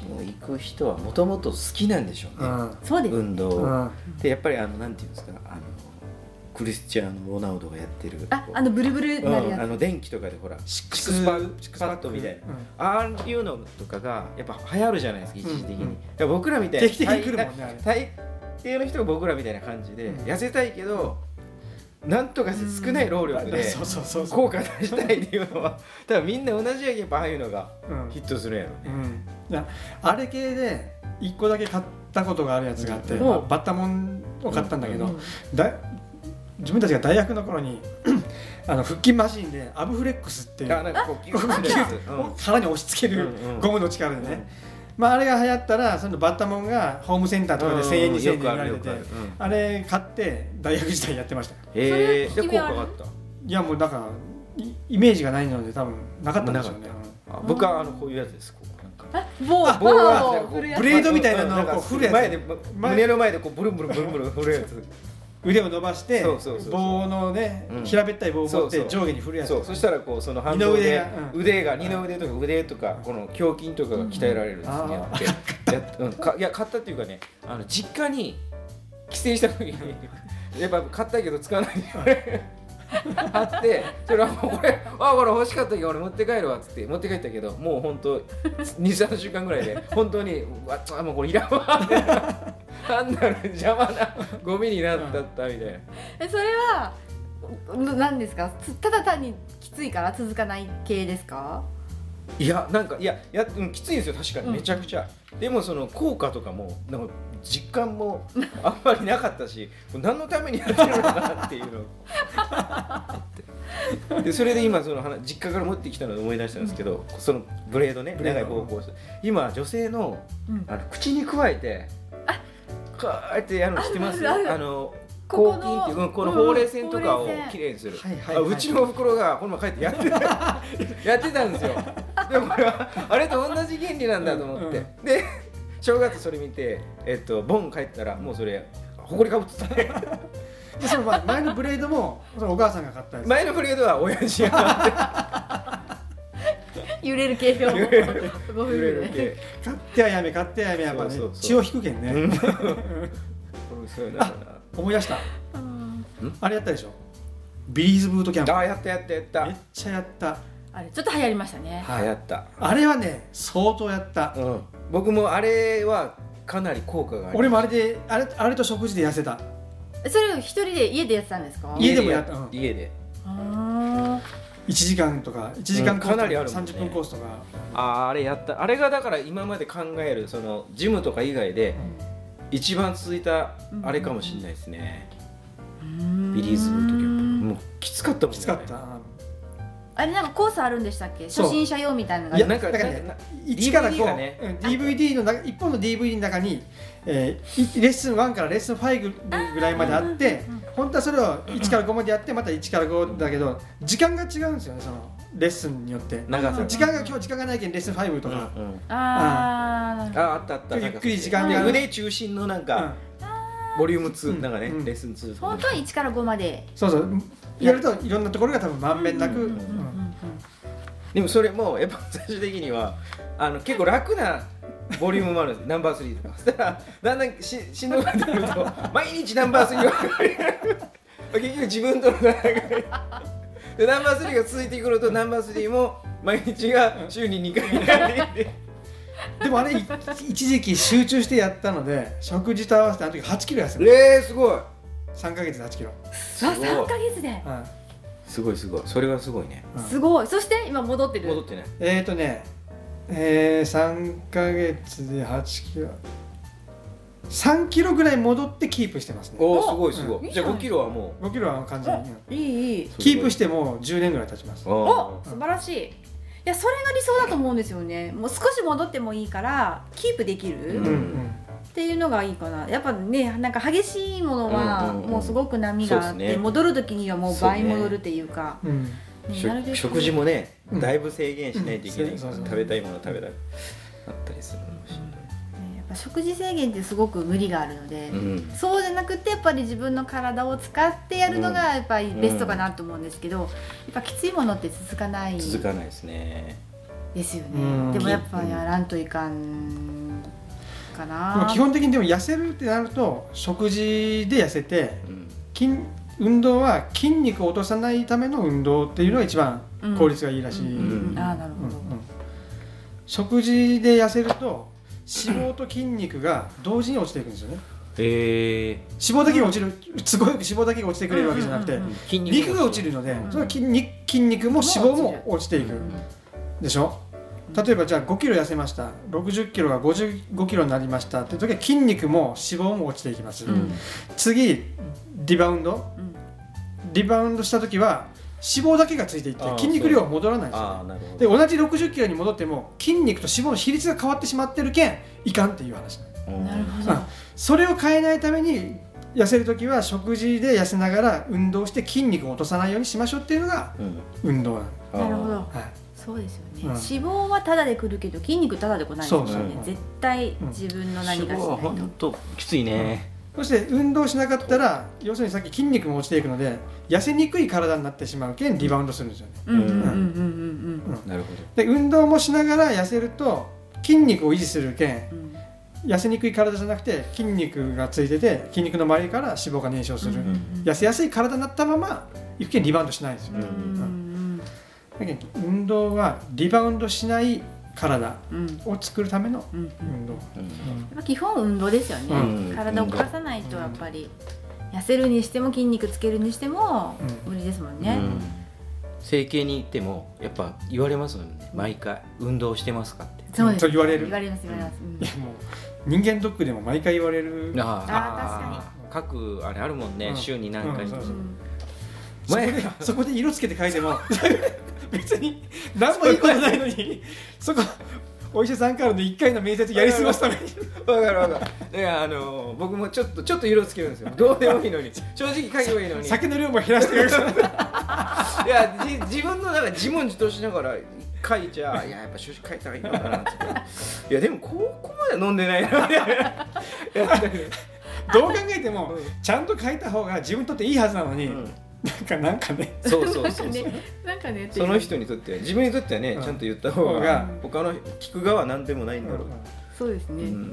Speaker 4: もう行く人はもともと好きなんでしょ
Speaker 3: う
Speaker 4: うね、
Speaker 3: ん
Speaker 6: そうです、
Speaker 4: 運動、
Speaker 3: うん
Speaker 4: でやっぱりあのなんていうんですかあのクリスチアーノ・ロナウドがやってる
Speaker 6: ああのブルブル
Speaker 4: う
Speaker 6: なる
Speaker 4: ん、あ
Speaker 6: や
Speaker 4: の電気とかでほら
Speaker 3: シ
Speaker 4: シ
Speaker 3: ッ
Speaker 4: ッ
Speaker 3: ク
Speaker 4: ク
Speaker 3: ス
Speaker 4: スパシックスパッドみたいな、ああいうのとかがやっぱ流行るじゃないですか一時的に、
Speaker 3: うんうん
Speaker 4: だから僕らみたいな
Speaker 3: 定期的に来るもんねあれ
Speaker 4: 大大抵の人が僕らみたいな感じで、
Speaker 3: うん
Speaker 4: 痩せたいけどなんとかして少ない労力で
Speaker 3: そうそうそうそう
Speaker 4: 効果出したいっていうのは多分みんな同じやけんやっぱああいうのが
Speaker 3: うん
Speaker 4: ヒットするんやろね
Speaker 3: うん、なあれ系で1個だけ買ったことがあるやつがあって、
Speaker 6: うん
Speaker 3: まあバッタモンを買ったんだけど、
Speaker 6: うん
Speaker 3: だ自分たちが大学の頃に あの腹筋マシンでアブフレックスっていう
Speaker 4: あなんかこうギュッてやつうん
Speaker 3: 腹に押し付ける
Speaker 4: うんうん
Speaker 3: ゴムの力でね、まあ、あれが流行ったらそのバッタモンがホームセンターとかで1000円
Speaker 4: うん
Speaker 3: 2000円
Speaker 4: よ
Speaker 3: で
Speaker 4: く
Speaker 3: 売
Speaker 4: あ
Speaker 3: ら
Speaker 4: る
Speaker 3: れ
Speaker 4: よ
Speaker 3: て
Speaker 4: く
Speaker 3: て
Speaker 4: あるうん
Speaker 3: あれ買って大学時代やってましたよ
Speaker 4: えー、
Speaker 6: そ
Speaker 4: で
Speaker 6: れ効
Speaker 4: 効
Speaker 6: き
Speaker 4: 果
Speaker 6: 目ある
Speaker 4: があった
Speaker 3: いやもうだからいイメージがないので多分なかったんでしょうね
Speaker 4: なかあ僕はあのこういうやつですこうなんか
Speaker 6: あ棒
Speaker 3: あ
Speaker 6: 棒
Speaker 3: 棒は
Speaker 6: を
Speaker 4: なんかこう
Speaker 6: 振るや
Speaker 3: ブ
Speaker 6: つ
Speaker 3: レードみたいなのを
Speaker 4: んか
Speaker 3: こう振るやつ
Speaker 4: 前で
Speaker 3: 前
Speaker 4: 胸の前でこうブルンブルンブルンブルン振るやつ
Speaker 3: 腕を伸ばして
Speaker 4: そうそうそうそう
Speaker 3: 棒のね、
Speaker 4: うん
Speaker 3: 平べったい棒を持っ
Speaker 4: そうそ
Speaker 3: て
Speaker 4: う
Speaker 3: 上下に振るやつ
Speaker 4: そうそしたらこうその反動で
Speaker 3: 二の
Speaker 4: 腕が二の腕とか腕とかこの胸筋とかが鍛えられるんですね
Speaker 3: うん
Speaker 4: やってやっうんかいや買ったっていうかねあの実家に帰省した時 にやっぱ買ったけど使わないでこれあってそれはもうこれあこれ欲しかったけど俺持って帰るわっつって持って帰ったけどもう本当23週間ぐらいで本当にうわあもうこれいらんわって 単なる邪魔なゴミになったったみたいな。
Speaker 6: えそれはな何ですかつただ単にきついから続かない系ですか
Speaker 4: いやなんかいやや、うん、きついんですよ確かに
Speaker 6: うん
Speaker 4: めちゃくちゃ、でもその効果とかもなんか実感もあんまりなかったしこれ何のためにやってるのかなっていうのあ ってでそれで今その話実家から持ってきたのを思い出したんですけど、そのブレードね
Speaker 3: ブレー
Speaker 4: 長
Speaker 3: ド
Speaker 4: い棒をこうして今女性の
Speaker 6: うん
Speaker 4: あの口にくわえてかーってやるの知ってます
Speaker 6: あるある
Speaker 4: あの
Speaker 6: ここ
Speaker 4: 抗
Speaker 6: の
Speaker 4: 菌っていううんこの
Speaker 6: うん
Speaker 4: ほうれい線とか
Speaker 6: ほう
Speaker 4: を
Speaker 6: れい線
Speaker 4: きれいにする、
Speaker 3: はいはい
Speaker 4: あ
Speaker 3: はいう
Speaker 4: ちのおふくろがこの前帰ってやってた やってたんですよでもこれはあれと同じ原理なんだと思って、
Speaker 3: うん
Speaker 4: で正月それ見て、えっと、ボン帰ったらもうそれ埃かぶってたね
Speaker 3: でその 前前のブレードもそのお母さんが買ったやつ
Speaker 4: 前のフレードは親父が
Speaker 6: 揺れる系を
Speaker 4: 揺れる
Speaker 6: ご夫
Speaker 4: 売れる
Speaker 6: 婦で
Speaker 4: け
Speaker 3: 買ってはやめ買ってはやめやっぱね
Speaker 4: そうそうそう
Speaker 3: 血を引くけんね、
Speaker 4: うんそういうのあるな
Speaker 3: 思い出したあれやったでしょビリーズブートキャンプ
Speaker 4: あーやったやったやった
Speaker 3: めっちゃやった
Speaker 6: あれちょっと流行りましたね
Speaker 4: はやった、
Speaker 3: あれはね相当やった、
Speaker 4: うん、僕もあれはかなり効果があり
Speaker 3: 俺もあれであれあれと食事で痩せた
Speaker 6: それを一人で家でやってたんですか
Speaker 3: 家でもやったうん
Speaker 4: 家で
Speaker 6: あ
Speaker 3: 1時間とか1時間コースと
Speaker 4: うんかなりあるもんね
Speaker 3: 30分コースとか
Speaker 4: あーあれやったあれがだから今まで考えるそのジムとか以外で一番続いたあれかもしれないですね、
Speaker 6: ー
Speaker 4: ビリーズの時は
Speaker 6: うーん
Speaker 4: もうきつかったもんね
Speaker 3: きつかった、
Speaker 6: あれなんかコースあるんでしたっけ
Speaker 3: そう
Speaker 6: 初心者用みたいなのが
Speaker 4: いやなんか
Speaker 3: だから
Speaker 4: なん
Speaker 3: ね
Speaker 4: か
Speaker 3: 1から
Speaker 4: DVD がね
Speaker 3: 5、うん DVD の中1本の DVD の中に、えーいレッスン1からレッスン5ぐらいまであって本当はそれを1から5までやってまた1から5だけど時間が違うんですよねそのレッスンによって
Speaker 4: 長さ
Speaker 3: 時間が今日時間がないけんレッスン5とか、
Speaker 4: うんうん
Speaker 6: あ
Speaker 4: あ
Speaker 6: あ
Speaker 4: あったあった
Speaker 3: ゆっくり時間
Speaker 4: が
Speaker 3: が
Speaker 4: 腕中心のなん
Speaker 3: うん
Speaker 4: か、ボリューム2、
Speaker 3: うん
Speaker 4: なんかね、
Speaker 3: うん
Speaker 4: レッスン2
Speaker 6: 本当は1から5まで
Speaker 3: そうそうやるといろんなところが多分まんべんなく、
Speaker 6: うんうんうんうん
Speaker 4: でもそれもやっぱ 最終的にはあの結構楽なボリュームもあるんですナンバー3とかそしたらだんだんししんどくなってくると毎日ナンバー3は 結局自分との戦いでナンバー3が続いてくるとナンバー3も毎日が週に2回になり
Speaker 3: でもあれい一時期集中してやったので食事と合わせてあの時8キロ痩せた
Speaker 4: えー、すごい
Speaker 3: 3か月で8キロ、
Speaker 6: あ3ヶ月で
Speaker 3: うん
Speaker 4: すごいすごいそれはすごいね
Speaker 3: うん
Speaker 6: すごいそして今戻ってる
Speaker 4: 戻ってない
Speaker 3: えーとね、えー、3ヶ月で8キロ3キロぐらい戻ってキープしてますね
Speaker 4: おお
Speaker 6: お
Speaker 4: すごいすごい、
Speaker 6: うん
Speaker 4: じゃあ5キロはも
Speaker 3: 5キロは完全に、うん
Speaker 6: いいいいう
Speaker 3: キープしててもう10年ぐらい経ちます
Speaker 4: お
Speaker 6: お素晴らしいいやそれが理想だと思うんですよねもう少し戻ってもいいからキープできる、
Speaker 3: うん
Speaker 4: ん
Speaker 6: っていうのがいいかなやっぱねなんか激しいものは
Speaker 4: うんうんうん
Speaker 6: もうすごく波があ
Speaker 4: そう
Speaker 6: っ
Speaker 4: です
Speaker 6: て
Speaker 4: ね
Speaker 6: 戻る時にはもう倍
Speaker 4: そうね
Speaker 6: 戻るっていうか
Speaker 3: うんうん
Speaker 6: ねなるべ
Speaker 4: 食
Speaker 6: く
Speaker 4: 食事もね
Speaker 3: うん
Speaker 4: だいぶ制限しないといけない
Speaker 3: う
Speaker 4: から、
Speaker 3: んそうそう
Speaker 4: 食べたいもの食べたくなったりするのもしんどい
Speaker 6: ねやっぱ食事制限ってすごく無理があるので、
Speaker 4: うん
Speaker 6: そうじゃなくてやっぱり自分の体を使ってやるのがやっぱりベストかなと思うんですけど、やっぱきついものって続かない
Speaker 4: 続かないですね
Speaker 6: ですよね、
Speaker 3: うん
Speaker 6: でもやっぱやらんといかんか
Speaker 3: でも
Speaker 6: な
Speaker 3: 基本的にでも痩せるってなると食事で痩せて
Speaker 4: うん
Speaker 3: 筋運動は筋肉を落とさないための運動っていうのが一番効率がいいらしい、
Speaker 6: うんうんああなるほど、
Speaker 3: うんうん食事で痩せると脂肪と筋肉が同時に落ちていくんですよね
Speaker 4: え
Speaker 3: 脂肪だけが落ちるすごい脂肪だけが落ちてくれるわけじゃなくて、
Speaker 6: うんうんうん
Speaker 4: ー、筋肉
Speaker 3: 肉が落ちるので、
Speaker 6: うん
Speaker 3: それは筋肉筋肉も脂肪も落ちていく、
Speaker 6: うん
Speaker 3: でしょ例えばじゃあ5キロ痩せました60キロが55キロになりましたって時は筋肉も脂肪も落ちていきます、
Speaker 6: うん
Speaker 3: 次リバウンド
Speaker 6: うん
Speaker 3: リバウンドした時は脂肪だけがついていって
Speaker 4: あー
Speaker 3: 筋肉量は戻らないんですよ
Speaker 4: ああなるほ
Speaker 3: で
Speaker 4: ど
Speaker 3: 同じ60キロに戻っても筋肉と脂肪の比率が変わってしまってるけんいかんっていう話
Speaker 4: うん
Speaker 6: なるほ
Speaker 3: うんそれを変えないために痩せる時は食事で痩せながら運動して筋肉を落とさないようにしましょうっていうのが
Speaker 4: うん
Speaker 3: 運動なの、
Speaker 4: あ
Speaker 6: ど
Speaker 4: ー
Speaker 6: なるほど
Speaker 3: は
Speaker 6: そうですよね、
Speaker 3: うん
Speaker 6: 脂肪はタダで来るけど筋肉タダで来ないですよね
Speaker 3: そう
Speaker 4: そう
Speaker 6: 絶対自分の何かしない
Speaker 4: 脂肪
Speaker 6: と、
Speaker 4: は本当きついね、
Speaker 3: い、そして運動しなかったら要するにさっき筋肉も落ちていくので痩せにくい体になってしまうけんリバウンドするんですよね
Speaker 6: うんうんうんうんうん
Speaker 4: なるほど
Speaker 3: で運動もしながら痩せると筋肉を維持するけん
Speaker 6: うん
Speaker 3: 痩せにくい体じゃなくて筋肉がついてて筋肉の周りから脂肪が燃焼する、
Speaker 6: うんうん
Speaker 3: 痩せやすい体になったまま一見リバウンドしないんですよ、
Speaker 6: うんうん
Speaker 3: だけど運動はリバウンドしない体
Speaker 6: うんうん
Speaker 3: を作るための
Speaker 6: うん
Speaker 3: 運動、
Speaker 6: やっぱ基本運動ですよね、
Speaker 4: うん
Speaker 6: 体を動かさないとやっぱり痩せるにしても筋肉つけるにしても
Speaker 3: う
Speaker 6: 無理ですもん
Speaker 4: う
Speaker 6: ね、
Speaker 4: ん整形に行ってもやっぱ言われますもんね毎回運動してますかって
Speaker 6: そうです
Speaker 3: と言われる
Speaker 6: 言われます言われます、うん
Speaker 3: いやもう人間ドックでも毎回言われる
Speaker 4: あ
Speaker 6: あ
Speaker 4: ー各あれあるもんね、
Speaker 3: うん
Speaker 4: 週に何回、
Speaker 3: うんそうそ
Speaker 6: ん
Speaker 3: そこ
Speaker 4: 前
Speaker 3: でそこで色つけて書いても 別に何もいいことないのにそこお医者さんからの1回の面接やり過ごすために
Speaker 4: わかるわかるいやあのー僕もちょっとちょっと色つけるんです よどうでもいいのに正直書けばいい のに
Speaker 3: 酒の量も減らしてやる
Speaker 4: いやじ自分のなんか自問自答しながら書いちゃいややっぱ収集書いたらいいのかなっていやでもここまで飲んでないなみたいなやったけ
Speaker 3: どう考えても
Speaker 4: うん
Speaker 3: ちゃんと書いた方が自分にとっていいはずなのに、
Speaker 4: ど、
Speaker 3: なんかなんかね
Speaker 4: そうそうそうそう、
Speaker 6: なんかねって い
Speaker 4: そうの人にとっては自分にとってはね、
Speaker 3: うん
Speaker 4: ちゃんと言った方
Speaker 3: 方
Speaker 4: が
Speaker 3: が
Speaker 4: 他の聞く側は何でもないんだろう、
Speaker 6: そうですね、
Speaker 4: うん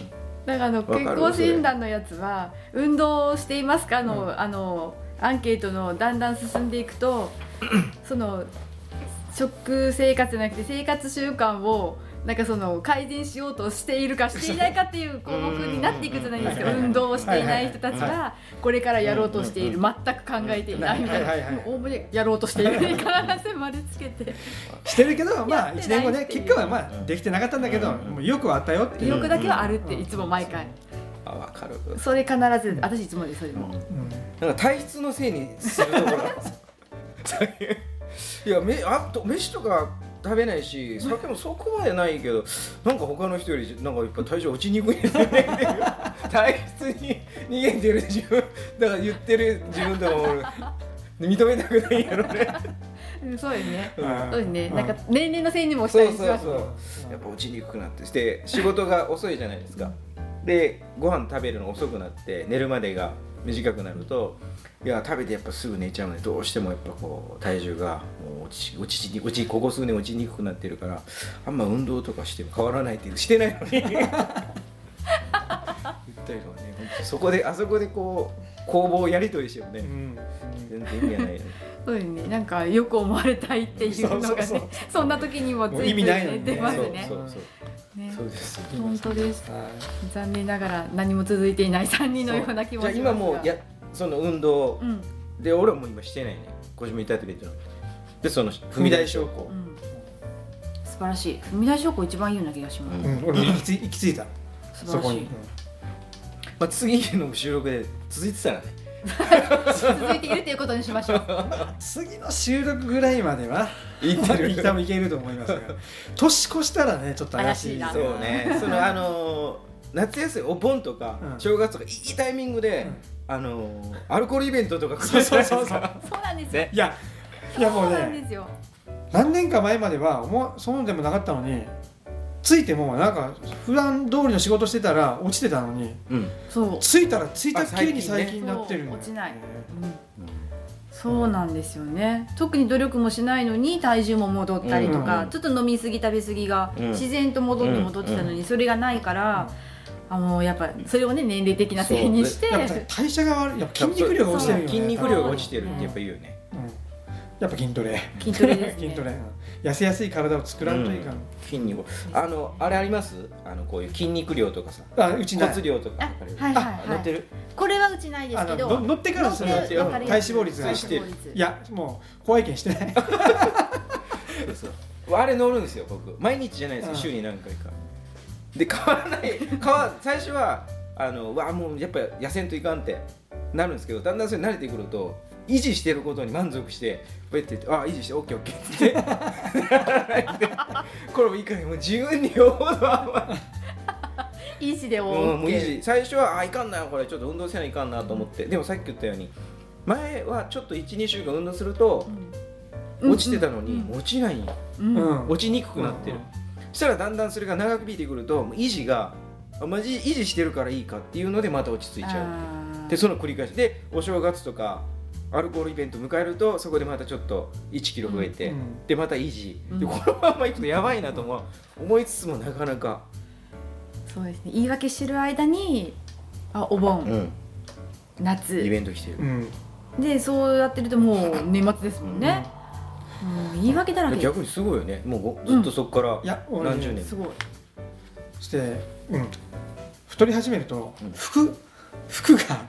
Speaker 6: なんかあの
Speaker 4: かる
Speaker 6: 健康診断のやつは運動していますかの、
Speaker 3: う
Speaker 6: あのアンケートのだんだん進んでいく とその食生活じゃなくて生活習慣をなんかその改善しようとしているかしていないかっていう項目になっていくじゃないですか
Speaker 3: うん
Speaker 6: 運動をしていない人たち
Speaker 3: はいはい
Speaker 6: がこれからやろうとしている
Speaker 4: うん
Speaker 6: 全く考えていないみたい
Speaker 3: はいはい
Speaker 6: な
Speaker 3: はい
Speaker 6: 応募でやろうとしているに必ず丸つけて
Speaker 3: してるけどまあ
Speaker 6: やって
Speaker 3: 1
Speaker 6: ない
Speaker 3: 年後ね
Speaker 6: っていう
Speaker 3: 結果はま
Speaker 4: う
Speaker 3: あ
Speaker 4: ん
Speaker 3: できてなかったんだけど、
Speaker 4: うん
Speaker 3: もうよくはあったよって
Speaker 6: 意
Speaker 3: いう、
Speaker 6: 欲だけはあるっていつも毎回
Speaker 4: あ分かる
Speaker 6: それ必ず私いつもですそれも。
Speaker 4: なんか体質のせいにするところなんですよ いやめあと飯とか食べないし酒もそこまでないけどなんか他の人よりなんかやっぱ体重落ちにくいんだよね っていう体質に逃げてる自分だから言ってる 自分とかも俺認めたくないやろね
Speaker 6: うんそうですね
Speaker 3: うん
Speaker 6: そうですね、
Speaker 3: う
Speaker 6: なんか年齢のせいにもした
Speaker 4: そ
Speaker 6: り
Speaker 4: う
Speaker 6: し
Speaker 4: そう
Speaker 6: ます
Speaker 4: そう
Speaker 3: うん
Speaker 4: やっぱ落ちにくくなってして仕事が遅いじゃないですかでご飯食べるの遅くなって寝るまでが短くなるといや食べてやっぱすぐ寝ちゃうのでどうしてもやっぱこう体重がもう落ち落ちに落ちここ数年落ちにくくなってるからあんま運動とかしても変わらないっていうしてないのに言ったりとかね本当そこであそこでこう攻防やり取りしても
Speaker 3: う
Speaker 4: ね
Speaker 3: ん
Speaker 4: 全然意味がないよね
Speaker 6: そうですねなんかよく思われたいっていうのがね
Speaker 3: そ
Speaker 6: そう
Speaker 3: そうそうん
Speaker 6: な時にもついつ
Speaker 3: もう
Speaker 6: い
Speaker 3: 意味ないの
Speaker 6: ね
Speaker 3: にね
Speaker 6: 出 ますね
Speaker 4: そうそう
Speaker 6: ね
Speaker 4: そうそうです
Speaker 6: 本当です
Speaker 3: はい
Speaker 6: 残念ながら何も続いていない3人のような気持ち
Speaker 4: じゃあ今もうやその運動
Speaker 6: うん
Speaker 4: で俺はもう今してないね腰も痛いって言ってるのでその踏み台昇降
Speaker 6: うん素晴らしい踏み台証拠一番いいような気がします、
Speaker 3: うん、俺も行きつ行き着いた
Speaker 6: 素晴
Speaker 3: そ
Speaker 6: ら
Speaker 3: こ
Speaker 6: し
Speaker 3: に
Speaker 6: い、
Speaker 4: まあ、次の収録で続いてたらね
Speaker 6: 続いているということにしましょう
Speaker 3: うん次の収録ぐらいまでは
Speaker 4: 言ってる
Speaker 3: 一旦いけると思いますが年越したらねちょっと怪しい
Speaker 6: 怪しいな
Speaker 4: そうねそのあのー夏休みお盆とか、
Speaker 3: うん
Speaker 4: 正月とかいいタイミングで、あのーアルコールイベントとか
Speaker 3: そうそうそうそう
Speaker 6: そうなんですよ、
Speaker 4: ね
Speaker 3: いやいやもう
Speaker 6: そうなん
Speaker 3: ね
Speaker 6: ですよ
Speaker 3: 何年か前までは思わそうでもなかったのについてもなんか普段通りの仕事してたら落ちてたのに
Speaker 4: うん
Speaker 6: そう、
Speaker 3: ついたらついた急に
Speaker 4: あ最近ね
Speaker 3: 最近になってるんだよ
Speaker 6: そう落ちない
Speaker 3: ね
Speaker 6: うんそうなんですよね特に努力もしないのに体重も戻ったりとか、
Speaker 4: うん
Speaker 6: ちょっと飲み過ぎ食べ過ぎが
Speaker 4: うん
Speaker 6: 自然と戻って戻ってたのにそれがないから、あもうやっぱそれをね年齢的なせいにして
Speaker 3: やっぱさ代謝が悪いやっぱ筋肉量が落ちてるよね
Speaker 4: 筋肉量が落ちてるってやっぱ言うよね、
Speaker 3: うんやっぱ筋トレ
Speaker 6: 筋トレで すね
Speaker 3: 筋トレ、うん痩せやすい体を作らんといかん、
Speaker 4: 筋肉あのあれありますあのこういう筋肉量とかさ
Speaker 3: あうちない
Speaker 4: 骨量とか
Speaker 6: あ
Speaker 4: わかる
Speaker 6: はいは
Speaker 4: 載
Speaker 6: いは
Speaker 4: って
Speaker 6: い
Speaker 4: る
Speaker 6: これはうちないです
Speaker 3: あ
Speaker 6: け
Speaker 3: のの
Speaker 6: ど
Speaker 3: 乗ってからする
Speaker 6: 乗って
Speaker 4: わか
Speaker 3: 体
Speaker 4: り
Speaker 3: 脂
Speaker 4: や
Speaker 6: すい
Speaker 3: 肪率が
Speaker 4: そしてる
Speaker 3: いやもう怖いけんしてない
Speaker 4: あれ乗るんですよ僕毎日じゃないですよ、
Speaker 3: うん
Speaker 4: 週に何回かで変わらない変わ最初はあのうわもうやっぱ痩せんといかんってなるんですけどだんだんそれ慣れてくると維持してることに満足してこうやって言ってあ維持してオッケーオッケーって言って これもいいからもう自分に思うわ
Speaker 6: いいしで
Speaker 4: もう
Speaker 6: を
Speaker 4: もう維持最初はあいかんなこれちょっと運動せないかんなと思ってでもさっき言ったように前はちょっと12週間運動すると落ちてたのに落ちない
Speaker 6: うん
Speaker 3: う
Speaker 6: うん
Speaker 3: ん
Speaker 4: 落ちにくくなってるそしたらだんだんそれが長く引いてくるともう維持があマジ維持してるからいいかっていうのでまた落ち着いちゃうでその繰り返しでお正月とかアルコールイベント迎えるとそこでまたちょっと1キロ増えて、
Speaker 3: うん
Speaker 4: でまた維持、
Speaker 6: うん
Speaker 4: でこのまんまいくとやばいなとも思いつつもなかなか、
Speaker 6: そうですね言い訳してる間にあお
Speaker 4: イ
Speaker 6: 盆夏
Speaker 4: ベント来てる
Speaker 3: う、ん
Speaker 6: でそうやってるともう年末ですもんねもう言い訳だらけ
Speaker 4: 逆にすごいよねもうごずっとそこから
Speaker 3: いや俺ね
Speaker 4: 何十年、
Speaker 6: すごい
Speaker 3: そして、うん、太り始めると
Speaker 4: うん
Speaker 3: 服服が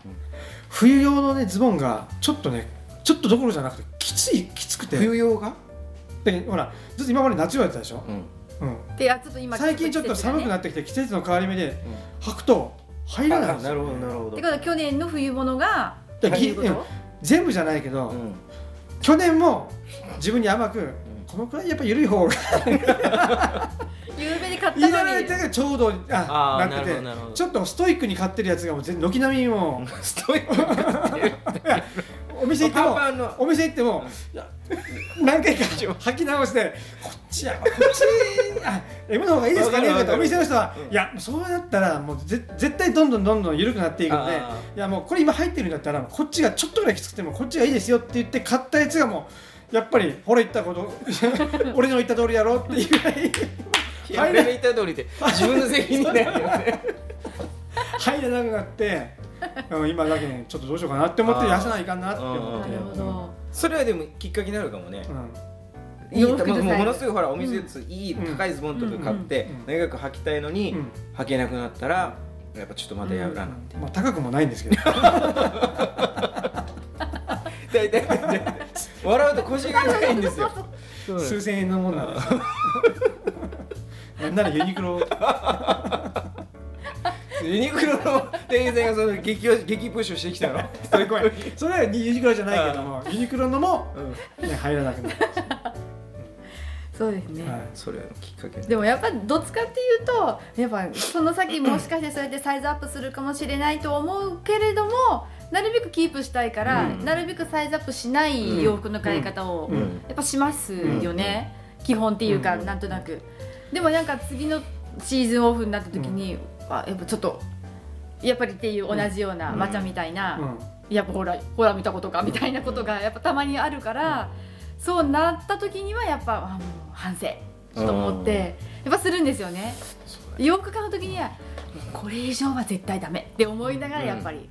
Speaker 3: 冬用のねズボンがちょっとねちょっとどころじゃなくてきついきつくて
Speaker 4: 冬用が、
Speaker 3: でほらずっと今まで夏用やったでしょ、
Speaker 4: うん
Speaker 3: うん、
Speaker 6: であちょっと今
Speaker 3: 最近ちょっと寒くな
Speaker 6: っ
Speaker 3: ってきて季節の変わり目で履くと入らないん
Speaker 4: あ
Speaker 3: です
Speaker 4: な
Speaker 3: よ
Speaker 4: るほどなるほど
Speaker 6: てってことは去年の冬物が
Speaker 3: だから
Speaker 6: と
Speaker 3: ぎ
Speaker 6: いうこ
Speaker 3: うん
Speaker 6: と
Speaker 3: 全部じゃないけど、
Speaker 4: うん
Speaker 3: 去年も自分に甘くこのくらいやっぱ緩い方が
Speaker 6: ゆうべに買っ
Speaker 3: いいじゃ
Speaker 6: たの
Speaker 3: ない
Speaker 6: に
Speaker 3: だからちょうどあ
Speaker 4: ああ
Speaker 3: な
Speaker 4: な
Speaker 3: って
Speaker 4: るほど
Speaker 3: て
Speaker 4: なるほど
Speaker 3: ちょっとストイックに買ってるやつがもう全軒並みも
Speaker 4: ストイックになってる
Speaker 3: うお店行って
Speaker 4: パン
Speaker 3: も
Speaker 4: パンの
Speaker 3: お店行っても、いや何回か履き直してこっちやこっちあ M の方がいいですかね
Speaker 4: わかるわかる
Speaker 3: とかお店の人は、
Speaker 4: うん
Speaker 3: いやそうやったらもうぜ絶対どんどんどんどん緩くなっていくんで
Speaker 4: あ
Speaker 3: いやもうこれ今入ってるんだったらこっちがちょっとぐらいきつくてもこっちがいいですよって言って買ったやつがもうやっぱりほら言ったこと 俺の言った通りやろっていうぐらい
Speaker 4: いや俺が言った通りで自分の責任だよね
Speaker 3: 入らなくなってうん今だけねちょっとどうしようかなって思って
Speaker 4: あー
Speaker 3: 痩せないかんなって思っ
Speaker 6: な
Speaker 3: て。
Speaker 6: るほど
Speaker 4: それはでもきっかけになるかもね
Speaker 3: う、ん
Speaker 4: いい
Speaker 6: 洋服
Speaker 4: まあ
Speaker 6: デザイン
Speaker 4: もうものすごいほらお店でいい高いズボンとか買って
Speaker 3: うんうん
Speaker 4: 長く履きたいのに
Speaker 3: うん
Speaker 4: 履けなくなったらやっぱちょっとまたやらなって
Speaker 3: まあ、高くもないんですけど
Speaker 4: 大体大体 笑うと腰が痛いんですよそうなんです
Speaker 3: 数千円のもんなんですなんならユニクロ
Speaker 4: ユニクロの店員さんがその激推し激プッシュしてきた の
Speaker 3: それごめん それはユニクロじゃないけどもユニクロのも、
Speaker 4: うん
Speaker 3: ね、入らなくなる、
Speaker 6: そうですね、
Speaker 3: はい
Speaker 4: それのきっかけ
Speaker 6: でもやっぱどっちかっていうとやっぱその先もしかしてそうやってサイズアップするかもしれないと思うけれどもなるべくキープしたいから、
Speaker 4: うん
Speaker 6: なるべくサイズアップしない洋服の買い方を、
Speaker 3: うん
Speaker 6: やっぱしますよね、基本っていうか、
Speaker 3: うん
Speaker 6: なんとなくでもなんか次のシーズンオフになった時に、あやっぱちょっとやっぱりっていう同じような、
Speaker 4: うん
Speaker 6: まちゃんみたいな、
Speaker 3: うん
Speaker 6: やっぱほらほら見たことかみたいなことがやっぱたまにあるから、そうなった時にはやっぱあもう反省と思って、やっぱするんですよね洋服買う時にはもうこれ以上は絶対ダメって思いながらやっぱり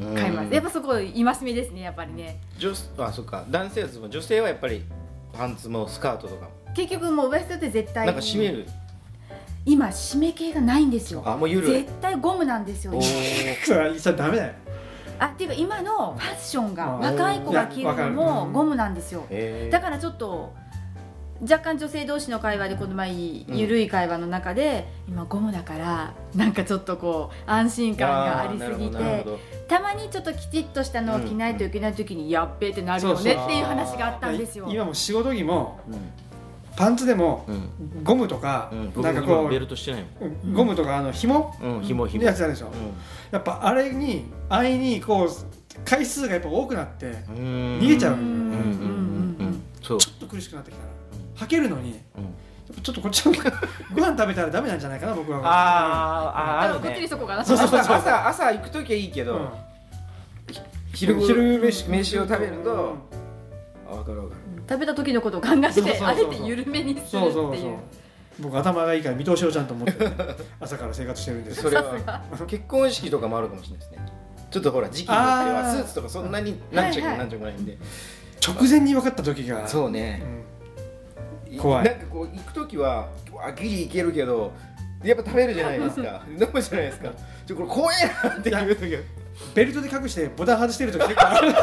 Speaker 3: うん
Speaker 6: 買います、やっぱそこ戒めですねやっぱりね
Speaker 4: 女あそっか男性はズボン女性はやっぱりパンツもスカートとかも
Speaker 6: 結局もうウエストって絶対
Speaker 4: なんか締める
Speaker 6: 今締め系がないんですよ
Speaker 4: あもう緩い
Speaker 6: 絶対ゴムなんですよ
Speaker 4: おー
Speaker 3: それはそれダメだよ
Speaker 6: あっていうか今のファッションが
Speaker 3: うん
Speaker 6: 若い子が
Speaker 3: い
Speaker 6: 着るの
Speaker 3: やわか
Speaker 6: も
Speaker 3: る
Speaker 6: ゴムなんですよ
Speaker 4: え
Speaker 6: だからちょっと若干女性同士の会話でこの前ゆるい会話の中で、今ゴムだからなんかちょっとこう安心感がありすぎてたまにちょっときちっとしたのを着ないといけない時に、やっべーってなるよ
Speaker 3: そう
Speaker 6: ね
Speaker 3: そう
Speaker 6: っていう話があったんですよ。
Speaker 3: 今も仕事着もパンツでも
Speaker 4: うん
Speaker 3: ゴムとか、
Speaker 4: 僕
Speaker 3: なんか
Speaker 4: 今
Speaker 3: こ
Speaker 4: ベルトしてないも
Speaker 3: ううんゴムとかあの紐
Speaker 4: んうん紐
Speaker 3: の
Speaker 4: 紐
Speaker 3: やつあるでしょ、やっぱあれにあいにこう回数がやっぱ多くなってち
Speaker 4: 逃
Speaker 3: 逃げちゃう
Speaker 6: うん
Speaker 4: うんうんうんうんそう
Speaker 3: ょっと苦しくなってきたら履けるのに、
Speaker 4: うん
Speaker 3: やっぱちょっとこっちの 方がご飯食べたらダメなんじゃないかな僕は
Speaker 4: あ
Speaker 6: あのこっちにそこがな
Speaker 3: そうそうそう
Speaker 4: 朝朝朝行く時はいいけ
Speaker 3: うん
Speaker 4: ど昼ご
Speaker 3: 昼飯
Speaker 4: 飯を食べるとあ分かる分かる
Speaker 6: 食べた時のことを考えて
Speaker 3: そうそうそうそう
Speaker 6: あえて緩めにするっていう
Speaker 3: そうそうそう僕頭がいいから見通しをちゃんと持って ね、朝から生活してるんです
Speaker 4: そ
Speaker 3: よ
Speaker 4: れは結婚式とかもあるかもしれないですねちょっとほら時期によっては
Speaker 3: あー
Speaker 4: スーツとかそんなに何着も
Speaker 6: はいはい
Speaker 4: 何着もないんで
Speaker 3: ち直前に分かった時が
Speaker 4: そうね
Speaker 3: うん怖い
Speaker 4: なんかこう行く時はあギリ行けるけどやっぱ食べるじ ゃないですか飲むじゃないですかちょこれ怖えなっていう時は
Speaker 3: ベルトで隠してボタン外してる時結構ある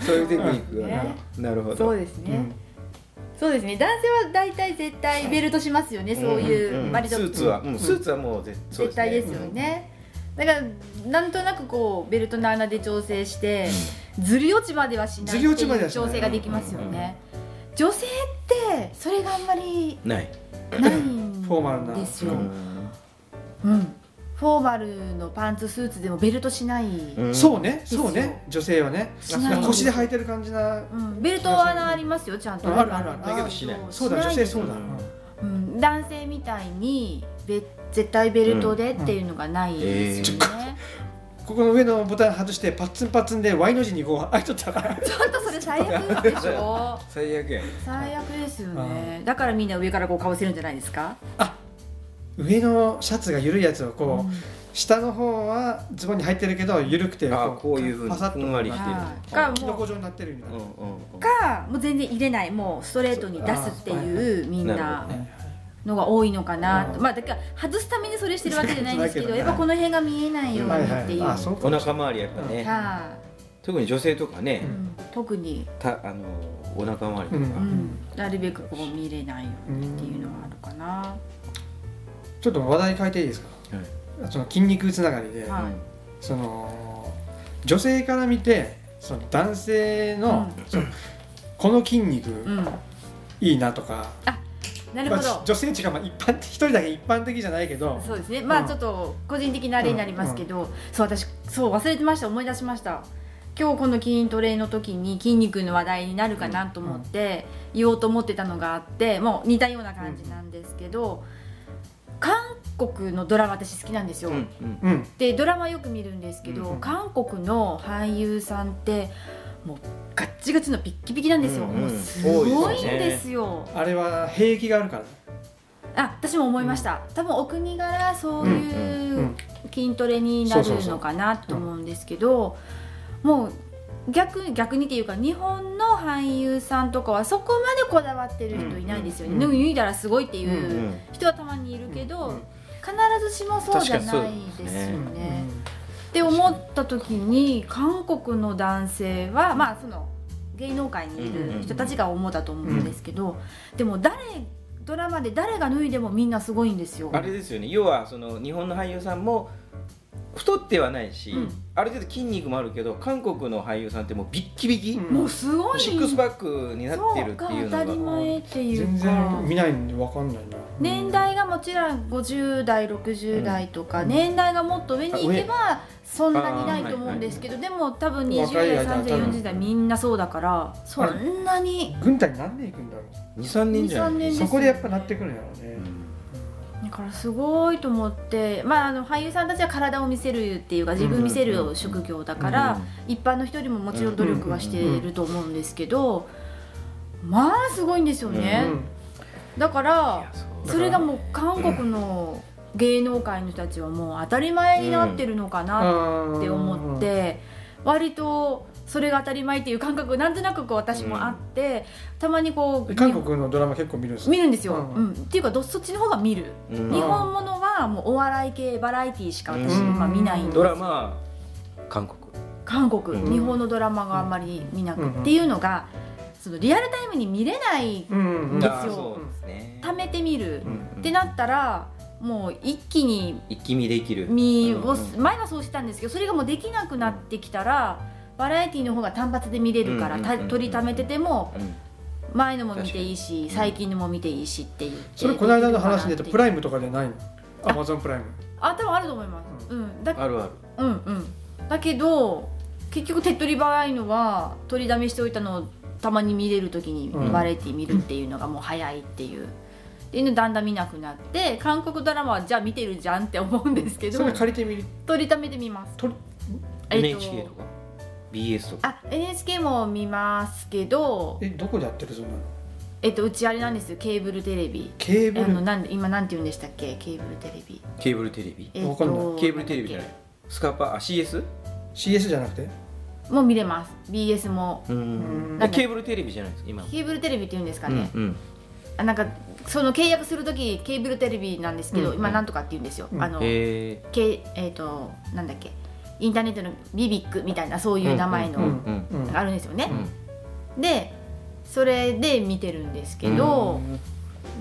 Speaker 4: そういうテクニックがな
Speaker 6: ね
Speaker 4: なるほど
Speaker 6: そうです
Speaker 3: う
Speaker 6: ね、
Speaker 3: ん
Speaker 6: そうですね男性は大体絶対ベルトしますよね、そういう、
Speaker 4: んん
Speaker 6: 割と
Speaker 4: スーツは、うん
Speaker 3: うん
Speaker 4: スーツはもう絶そう
Speaker 6: 絶対ですよね、だからなんとなくこうベルトの穴で調整してずり落ちまではしな
Speaker 3: ず
Speaker 6: いって
Speaker 3: り落ちまで
Speaker 6: い
Speaker 3: は
Speaker 6: う
Speaker 3: しない
Speaker 6: 調整ができますよね女性ってそれがあんまり
Speaker 4: ない、
Speaker 6: ないん
Speaker 3: フォーマルな
Speaker 6: です
Speaker 4: う
Speaker 6: よ、
Speaker 3: うん
Speaker 6: うんフォーマルのパンツスーツでもベルトしない、うん
Speaker 4: ん
Speaker 3: そうね
Speaker 6: すよ
Speaker 3: そうね女性はね
Speaker 6: しない
Speaker 3: 腰で履いてる感じな
Speaker 6: ベルト穴ありますよちゃんとね
Speaker 3: あるあるある
Speaker 4: だけどしない
Speaker 3: そうだ女性そうだ
Speaker 4: うん
Speaker 3: うん
Speaker 6: うん、男性みたいにべ絶対ベルトでっていうのがないですよね、
Speaker 3: ここの上のボタン外してパッツンパッツンで Y の字にこう開いとった から
Speaker 6: ちょっとそれ最悪でしょ
Speaker 4: 最悪や
Speaker 6: 最悪ですよねだからみんな上からこうかぶせるんじゃないですか
Speaker 3: 上のシャツが緩いやつをこう、下の方はズボンに入ってるけど緩くて
Speaker 4: あこういうふうに
Speaker 3: パサッと
Speaker 4: ふんわりしてる
Speaker 6: はいか
Speaker 3: キノ
Speaker 6: も
Speaker 3: コ
Speaker 6: う
Speaker 3: 状になってるみたいな、
Speaker 6: かもう全然入れないもうストレートに出すっていうみん
Speaker 4: なる
Speaker 6: な
Speaker 4: ほ
Speaker 6: のが多いのかな
Speaker 3: う
Speaker 6: と
Speaker 3: ん
Speaker 6: まあだから外すためにそれしてるわけじゃないんですけど
Speaker 3: そうだけ
Speaker 6: や
Speaker 3: ど
Speaker 6: っぱこの辺が見えないように
Speaker 3: は
Speaker 6: っ
Speaker 3: いは
Speaker 6: てい
Speaker 3: いうあそうか
Speaker 4: お
Speaker 3: も
Speaker 4: 腹周りやっぱね、
Speaker 6: は
Speaker 4: 特に女性とかね、
Speaker 6: いうん特に、
Speaker 4: たあのお腹周りとか、
Speaker 3: うん
Speaker 6: うん、なるべくこう見れないよう
Speaker 3: う
Speaker 6: にっていうんのはあるかな、
Speaker 3: ちょっと話題変えていいですか、その筋肉つながりで、
Speaker 6: はい
Speaker 3: その女性から見てその男性の,、そのこの筋肉
Speaker 6: うん、
Speaker 3: いいなとか、
Speaker 6: なるほ
Speaker 3: まあ
Speaker 6: ど
Speaker 3: 女性っていうかまあ一般的一人だけ一般的じゃないけど
Speaker 6: そうですねま
Speaker 3: う
Speaker 6: あ
Speaker 3: ん
Speaker 6: ちょっと個人的なあれになりますけど、そう私そう忘れてました思い出しました今日この筋トレの時に筋肉の話題になるかなと思って言おうと思ってたのがあってもう似たような感じなんですけど、韓国のドラマ私好きなんですよ、
Speaker 4: うんうん
Speaker 3: うん
Speaker 6: でドラマよく見るんですけど、
Speaker 3: うん
Speaker 6: 韓国の俳優さんってもうガッチガチのピッキピキなんですよ、
Speaker 4: うんうん
Speaker 6: もうすごいんですよ
Speaker 3: あれは兵役があるからね
Speaker 6: あ私も思いました、多分お国柄そうい
Speaker 3: う
Speaker 6: う
Speaker 3: んう
Speaker 6: うん筋トレになるのかなと思うんですけどもう逆逆にっていうか日本の俳優さんとかはそこまでこだわってる人いないですよね、
Speaker 3: うん
Speaker 6: 脱いだらすごいっていううん人はたまにいるけど、
Speaker 3: うん
Speaker 6: 必ずしもそうじゃないですよ
Speaker 4: う
Speaker 6: ね。って思った時に韓国の男性はまあその芸能界にいる人たちが主だと思うんですけど、でも誰ドラマで誰が脱いでもみんなすごいんですよ。
Speaker 4: あれですよね要はその日本の俳優さんも太ってはないし、
Speaker 6: うん
Speaker 4: ある程度筋肉もあるけど韓国の俳優さんってもうビッキビキ、
Speaker 3: うん
Speaker 6: もうすごい
Speaker 4: シックスパックになってるっていう
Speaker 6: そうか当たり
Speaker 4: のが
Speaker 6: 前って
Speaker 3: うん
Speaker 6: い
Speaker 3: 全
Speaker 6: うか
Speaker 3: 然見ないんでわかんないな
Speaker 6: 年代がもちろん50代60代とか、
Speaker 3: うん
Speaker 6: 年代がもっと上に行けばそんなにないと思うんですけどでも多分20
Speaker 3: 若い
Speaker 6: 代
Speaker 3: 間
Speaker 6: 30代40代みんなそうだからそんなに
Speaker 3: 軍隊に何年行くんだろ
Speaker 4: 23年じゃない
Speaker 6: 23年
Speaker 3: う
Speaker 6: で
Speaker 3: そ
Speaker 6: す
Speaker 3: こでやっぱなってくるんだろうね、
Speaker 6: だからすごいと思って、まあ、あの俳優さんたちは体を見せるっていうか自分見せる職業だから、一般の人よりももちろん努力はしてると思うんですけど、まあすごいんですよね、
Speaker 3: うん
Speaker 6: だか
Speaker 4: い
Speaker 6: ら
Speaker 4: やそう
Speaker 6: それがもう韓国の芸能界の人たちはもう当たり前になってるのかな
Speaker 3: あ
Speaker 6: って思って、割とそれが当たり前っていう感覚なんとなくこう私もあって、たまにこう
Speaker 3: 韓国のドラマ結構見るんですか
Speaker 6: 見るんですよ、
Speaker 3: うん
Speaker 6: うんっていうかどそっちの方が見る。
Speaker 4: うん
Speaker 6: 日本ものはもうお笑い系バラエティーしか私
Speaker 3: うん
Speaker 6: 今見ないんで
Speaker 4: ドラマ韓国
Speaker 6: 韓国、
Speaker 4: うん
Speaker 6: 日本のドラマがあんまり見なく、
Speaker 3: うん
Speaker 6: っていうのがそのリアルタイムに見れない
Speaker 3: うんうん
Speaker 6: です
Speaker 4: あー
Speaker 6: よ
Speaker 4: そうですね
Speaker 6: 貯めてみる、
Speaker 4: うんうん
Speaker 6: ってなったらもう一気に
Speaker 4: 一気見できる
Speaker 6: 見を、
Speaker 4: うんうん
Speaker 6: 前はそうしてたんですけどそれがもうできなくなってきたらバラエティーの方が単発で見れるから、
Speaker 4: うんうん
Speaker 6: た取りためてても
Speaker 4: うん
Speaker 6: 前のも見ていい
Speaker 4: 確か
Speaker 6: し
Speaker 4: に
Speaker 6: 最近のも見ていいしっていう
Speaker 3: それこの間の話で言うとプ
Speaker 6: イ
Speaker 3: ライムとかじゃないのアマゾンプライム
Speaker 6: あ多分あると思います、うん、だ
Speaker 4: あるある
Speaker 6: うんうん、だけど結局手っ取り早いのは取りだめしておいたのをたまに見れる時に
Speaker 3: うん
Speaker 6: バラエティ見るっていうのがもう早いっていう。っていうのだんだん見なくなって韓国ドラマはじゃあ見てるじゃんって思うんですけ
Speaker 3: そ
Speaker 6: ど
Speaker 3: れ借りてみる
Speaker 6: 取りためて見ます
Speaker 3: 取り
Speaker 6: えっと
Speaker 4: NHK とか BS とか
Speaker 6: あ NHK も見ますけど
Speaker 3: えどこでやってるそんなの
Speaker 6: えっとうちあれなんですよケーブルテレビ
Speaker 3: ケー
Speaker 6: あ
Speaker 3: ブ
Speaker 6: の
Speaker 3: ル
Speaker 6: なんで今なんて言うんでしたっけケーブルテレビ
Speaker 4: ケーブルテレビ
Speaker 6: えっと
Speaker 3: わかんな
Speaker 4: ケーブルテレビじゃない
Speaker 6: んだっ
Speaker 4: スカパーあ CS?
Speaker 3: CS じゃなくて
Speaker 6: もう見れます BS も
Speaker 4: うん
Speaker 3: なん
Speaker 6: か
Speaker 4: ケーブルテレビじゃないです今
Speaker 6: ケーブルテレビっていうんですか
Speaker 4: う
Speaker 6: ね
Speaker 4: ん、うん
Speaker 6: あなんかその契約する時ケーブルテレビなんですけど、
Speaker 4: うん
Speaker 6: 今なんとかって言うんですよ、
Speaker 3: うん
Speaker 6: あの、
Speaker 4: えー
Speaker 6: けえっ、となんだっけインターネットのビビックみたいなそういう名前
Speaker 4: うん
Speaker 6: の
Speaker 4: うん
Speaker 3: うん
Speaker 6: があるんですよね、
Speaker 4: うん
Speaker 6: でそれで見てるんですけど、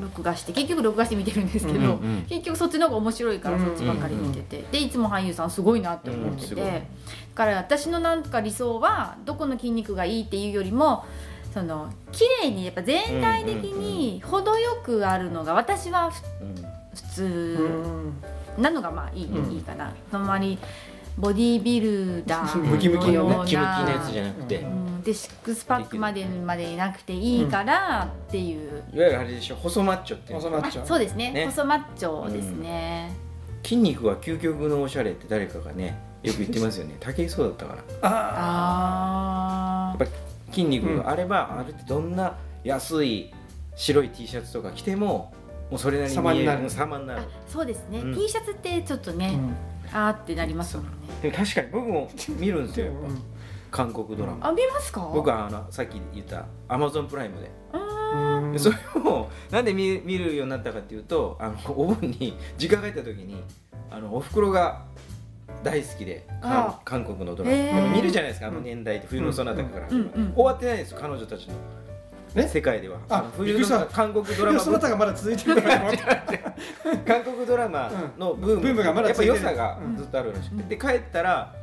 Speaker 6: 録画して結局録画して見てるんですけど、
Speaker 3: うん
Speaker 4: うんうん
Speaker 6: 結局そっちの方が面白いから
Speaker 3: うん
Speaker 6: そっちばっかり見てて、でいつも俳優さんすごいなって思ってて、
Speaker 4: うんすごい
Speaker 6: だから私のなんか理想はどこの筋肉がいいっていうよりもその綺麗にやっぱ全体的に程よくあるのが私はふ
Speaker 4: うん
Speaker 6: 普
Speaker 3: う
Speaker 6: 通
Speaker 3: ん
Speaker 6: なのがまあいい,、
Speaker 3: うん
Speaker 6: いいかなあんまりボディービルダー
Speaker 3: ムキムキのね
Speaker 4: ムキムキのや つじゃなくて、
Speaker 3: う
Speaker 4: い
Speaker 3: ん
Speaker 6: うんでシックスパックまでまでいなくていいからっていう、
Speaker 4: わゆるあれでしょ細マッチョっていう
Speaker 3: 細マ
Speaker 6: あ
Speaker 3: ッチョ
Speaker 6: そうですね
Speaker 4: ね
Speaker 6: 細マッチョですね、
Speaker 4: 筋肉は究極のおしゃれって誰かがねよく言ってます よね武井壮だったから
Speaker 3: あ
Speaker 6: ああ
Speaker 4: 筋肉があれば、あれってどんな安い白い T シャツとか着てももうそれなりに見え
Speaker 3: 様になる
Speaker 4: うん様になる
Speaker 6: あそうですね、
Speaker 4: うん
Speaker 6: T シャツってちょっと
Speaker 3: あ、う
Speaker 6: ね、
Speaker 3: ん
Speaker 6: あーってなりますもんね
Speaker 4: でも確かに僕も見るんです
Speaker 3: で
Speaker 4: よやっ
Speaker 3: も
Speaker 4: ぱ
Speaker 3: うん
Speaker 4: 韓国ドラマ
Speaker 6: あ見ますか
Speaker 4: 僕はあのさっき言ったアマゾンプライムで
Speaker 3: うん
Speaker 4: でそれをなんで見見るようになったかっていうとあのお盆に実家帰った時にあのおふくろが大好きで韓
Speaker 6: あ
Speaker 4: 韓国のドラマ、
Speaker 6: へー
Speaker 4: でも見るじゃないですかあの年代って冬のそなたから始まる、
Speaker 6: うんうんうん
Speaker 4: 終わってないんですよ彼女たちの、
Speaker 3: え
Speaker 4: 世界では
Speaker 3: あ
Speaker 4: あの冬
Speaker 3: びっくり
Speaker 4: の
Speaker 3: し
Speaker 4: 韓国ドラ
Speaker 3: でも
Speaker 4: マ
Speaker 3: その他がまだ続いてるから
Speaker 4: 韓国ドラマのブーム,、
Speaker 3: ブームがまだ
Speaker 4: やっぱ
Speaker 3: ついて
Speaker 4: 良
Speaker 3: る
Speaker 4: さがずっとあるらしくて、で帰ったら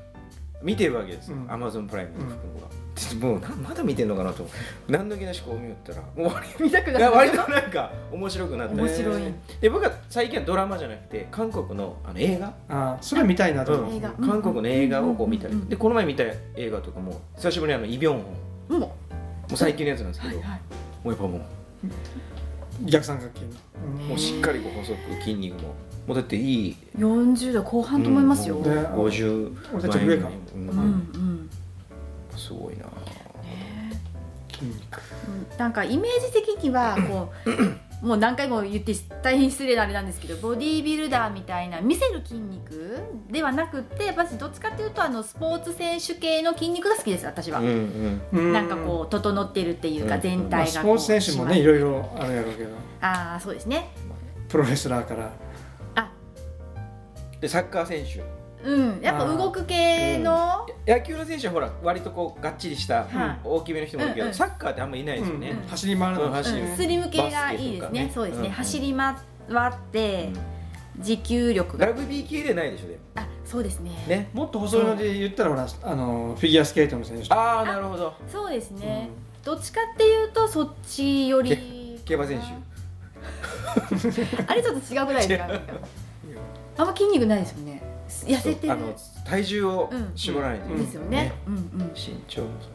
Speaker 4: 見てるわけですよ、
Speaker 3: うん
Speaker 4: アマゾンプライムの服が。ちょっともうなまだ見てんのかなと思う何の気なしこう見よったらもう割
Speaker 6: 見たく
Speaker 4: が割
Speaker 6: る
Speaker 4: となんか面白くなって
Speaker 6: 面白い、
Speaker 4: で僕は最近はドラマじゃなくて韓国のあの映画、
Speaker 3: あーそれは見たいなと思う、
Speaker 4: うん
Speaker 6: 映画
Speaker 4: 韓国の映画をこう見たり、
Speaker 6: うんうんうん
Speaker 4: でこの前見た映画とかも久しぶりにあのイ・ビョンホンも
Speaker 6: も
Speaker 4: う最近のやつなんですけ
Speaker 6: うは
Speaker 4: ど、
Speaker 6: いは
Speaker 4: も
Speaker 6: い
Speaker 4: うやっぱもう
Speaker 3: 逆三角形の、うん
Speaker 4: もうしっかりこう細く筋肉ももうだっていい
Speaker 6: 40代後半と思いますよ、
Speaker 4: う
Speaker 6: うんん
Speaker 4: もう
Speaker 3: ね
Speaker 4: 50
Speaker 3: 俺たち上か
Speaker 4: 前ぐらい
Speaker 6: うん
Speaker 4: うんすごいな
Speaker 3: 筋肉
Speaker 6: うんなんかイメージ的にはこうもう何回も言って大変失礼なあれなんですけどボディービルダーみたいな見せる筋肉ではなくって私どっちかっていうとあのスポーツ選手系の筋肉が好きです私は、
Speaker 4: うん
Speaker 3: う
Speaker 4: うん
Speaker 3: ん
Speaker 6: なんかこう整ってるっていうか
Speaker 4: うん
Speaker 6: 全体が
Speaker 3: まあ、
Speaker 6: こう
Speaker 3: スポーツ選手もねい
Speaker 6: 締
Speaker 3: ろいろあるやろうけど
Speaker 6: まああーそうですね
Speaker 3: プロレスラーから
Speaker 6: あ
Speaker 4: でサッカー選手
Speaker 6: うんやっぱ動く系の、
Speaker 4: 野球の選手はほら割とこうがっちりした
Speaker 6: はい
Speaker 4: 大きめの人もいるけど、
Speaker 6: うんうん
Speaker 4: サッカーってあんまりいないですよね、
Speaker 3: うん走り回る
Speaker 4: うん
Speaker 3: の
Speaker 4: 走り
Speaker 6: うんスリム系がい
Speaker 4: バスケ
Speaker 6: いですね
Speaker 4: とかね
Speaker 6: そうですね、
Speaker 4: うん
Speaker 6: 走り回って
Speaker 4: うん
Speaker 6: 持久力が、
Speaker 4: ラグビー系でないでしょでも
Speaker 6: あそうですね
Speaker 4: ね
Speaker 3: もっと細いので言ったらほらあのフィギュアスケートの選手
Speaker 4: ああなるほど
Speaker 6: そうですね、
Speaker 3: う
Speaker 6: どっちかっていうとそっちより
Speaker 4: 競馬選手
Speaker 6: あれちょっと違うぐらいですかなんか あんま筋肉ないですよね痩せてる
Speaker 4: あの体重を絞らないといけない、
Speaker 3: うん
Speaker 6: ですよね、うんうん
Speaker 4: 身長もそう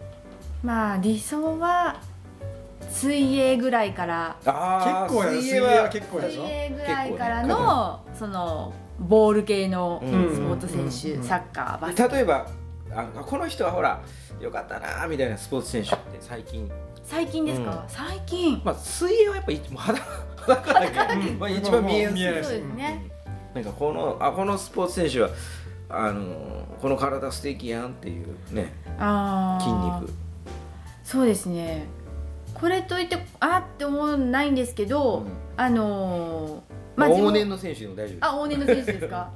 Speaker 6: まあ理想は水泳ぐらいから
Speaker 4: あー
Speaker 3: 結構や
Speaker 4: 水
Speaker 3: 水
Speaker 4: 泳
Speaker 3: 泳
Speaker 4: は
Speaker 3: は結構や
Speaker 6: 水
Speaker 3: ぞ
Speaker 6: 泳ぐらいからの、そのボール系の
Speaker 4: う
Speaker 6: ス
Speaker 4: ん
Speaker 6: ポーツ選手、
Speaker 3: うん
Speaker 6: サッカーバスケ
Speaker 4: 例えばあのこの人はほらよかったなーみたいなスポーツ選手って最近、
Speaker 6: 最近ですか、最近
Speaker 4: まあ、水泳はやっぱ一もう肌裸だけど、
Speaker 3: うん
Speaker 4: まあ、一番見えやすい
Speaker 3: 見えや
Speaker 6: そうですね、
Speaker 4: なんかこのあこのスポーツ選手はあのーこの体素敵やんっていうね
Speaker 6: あ
Speaker 4: 筋
Speaker 6: ー
Speaker 4: 肉
Speaker 6: そうですねこれといってあーって思うのないんですけど、
Speaker 4: うん
Speaker 6: あのー
Speaker 4: まあ、
Speaker 6: 自分
Speaker 4: 往年の選手でも大丈夫です
Speaker 6: あ往年の選手で すか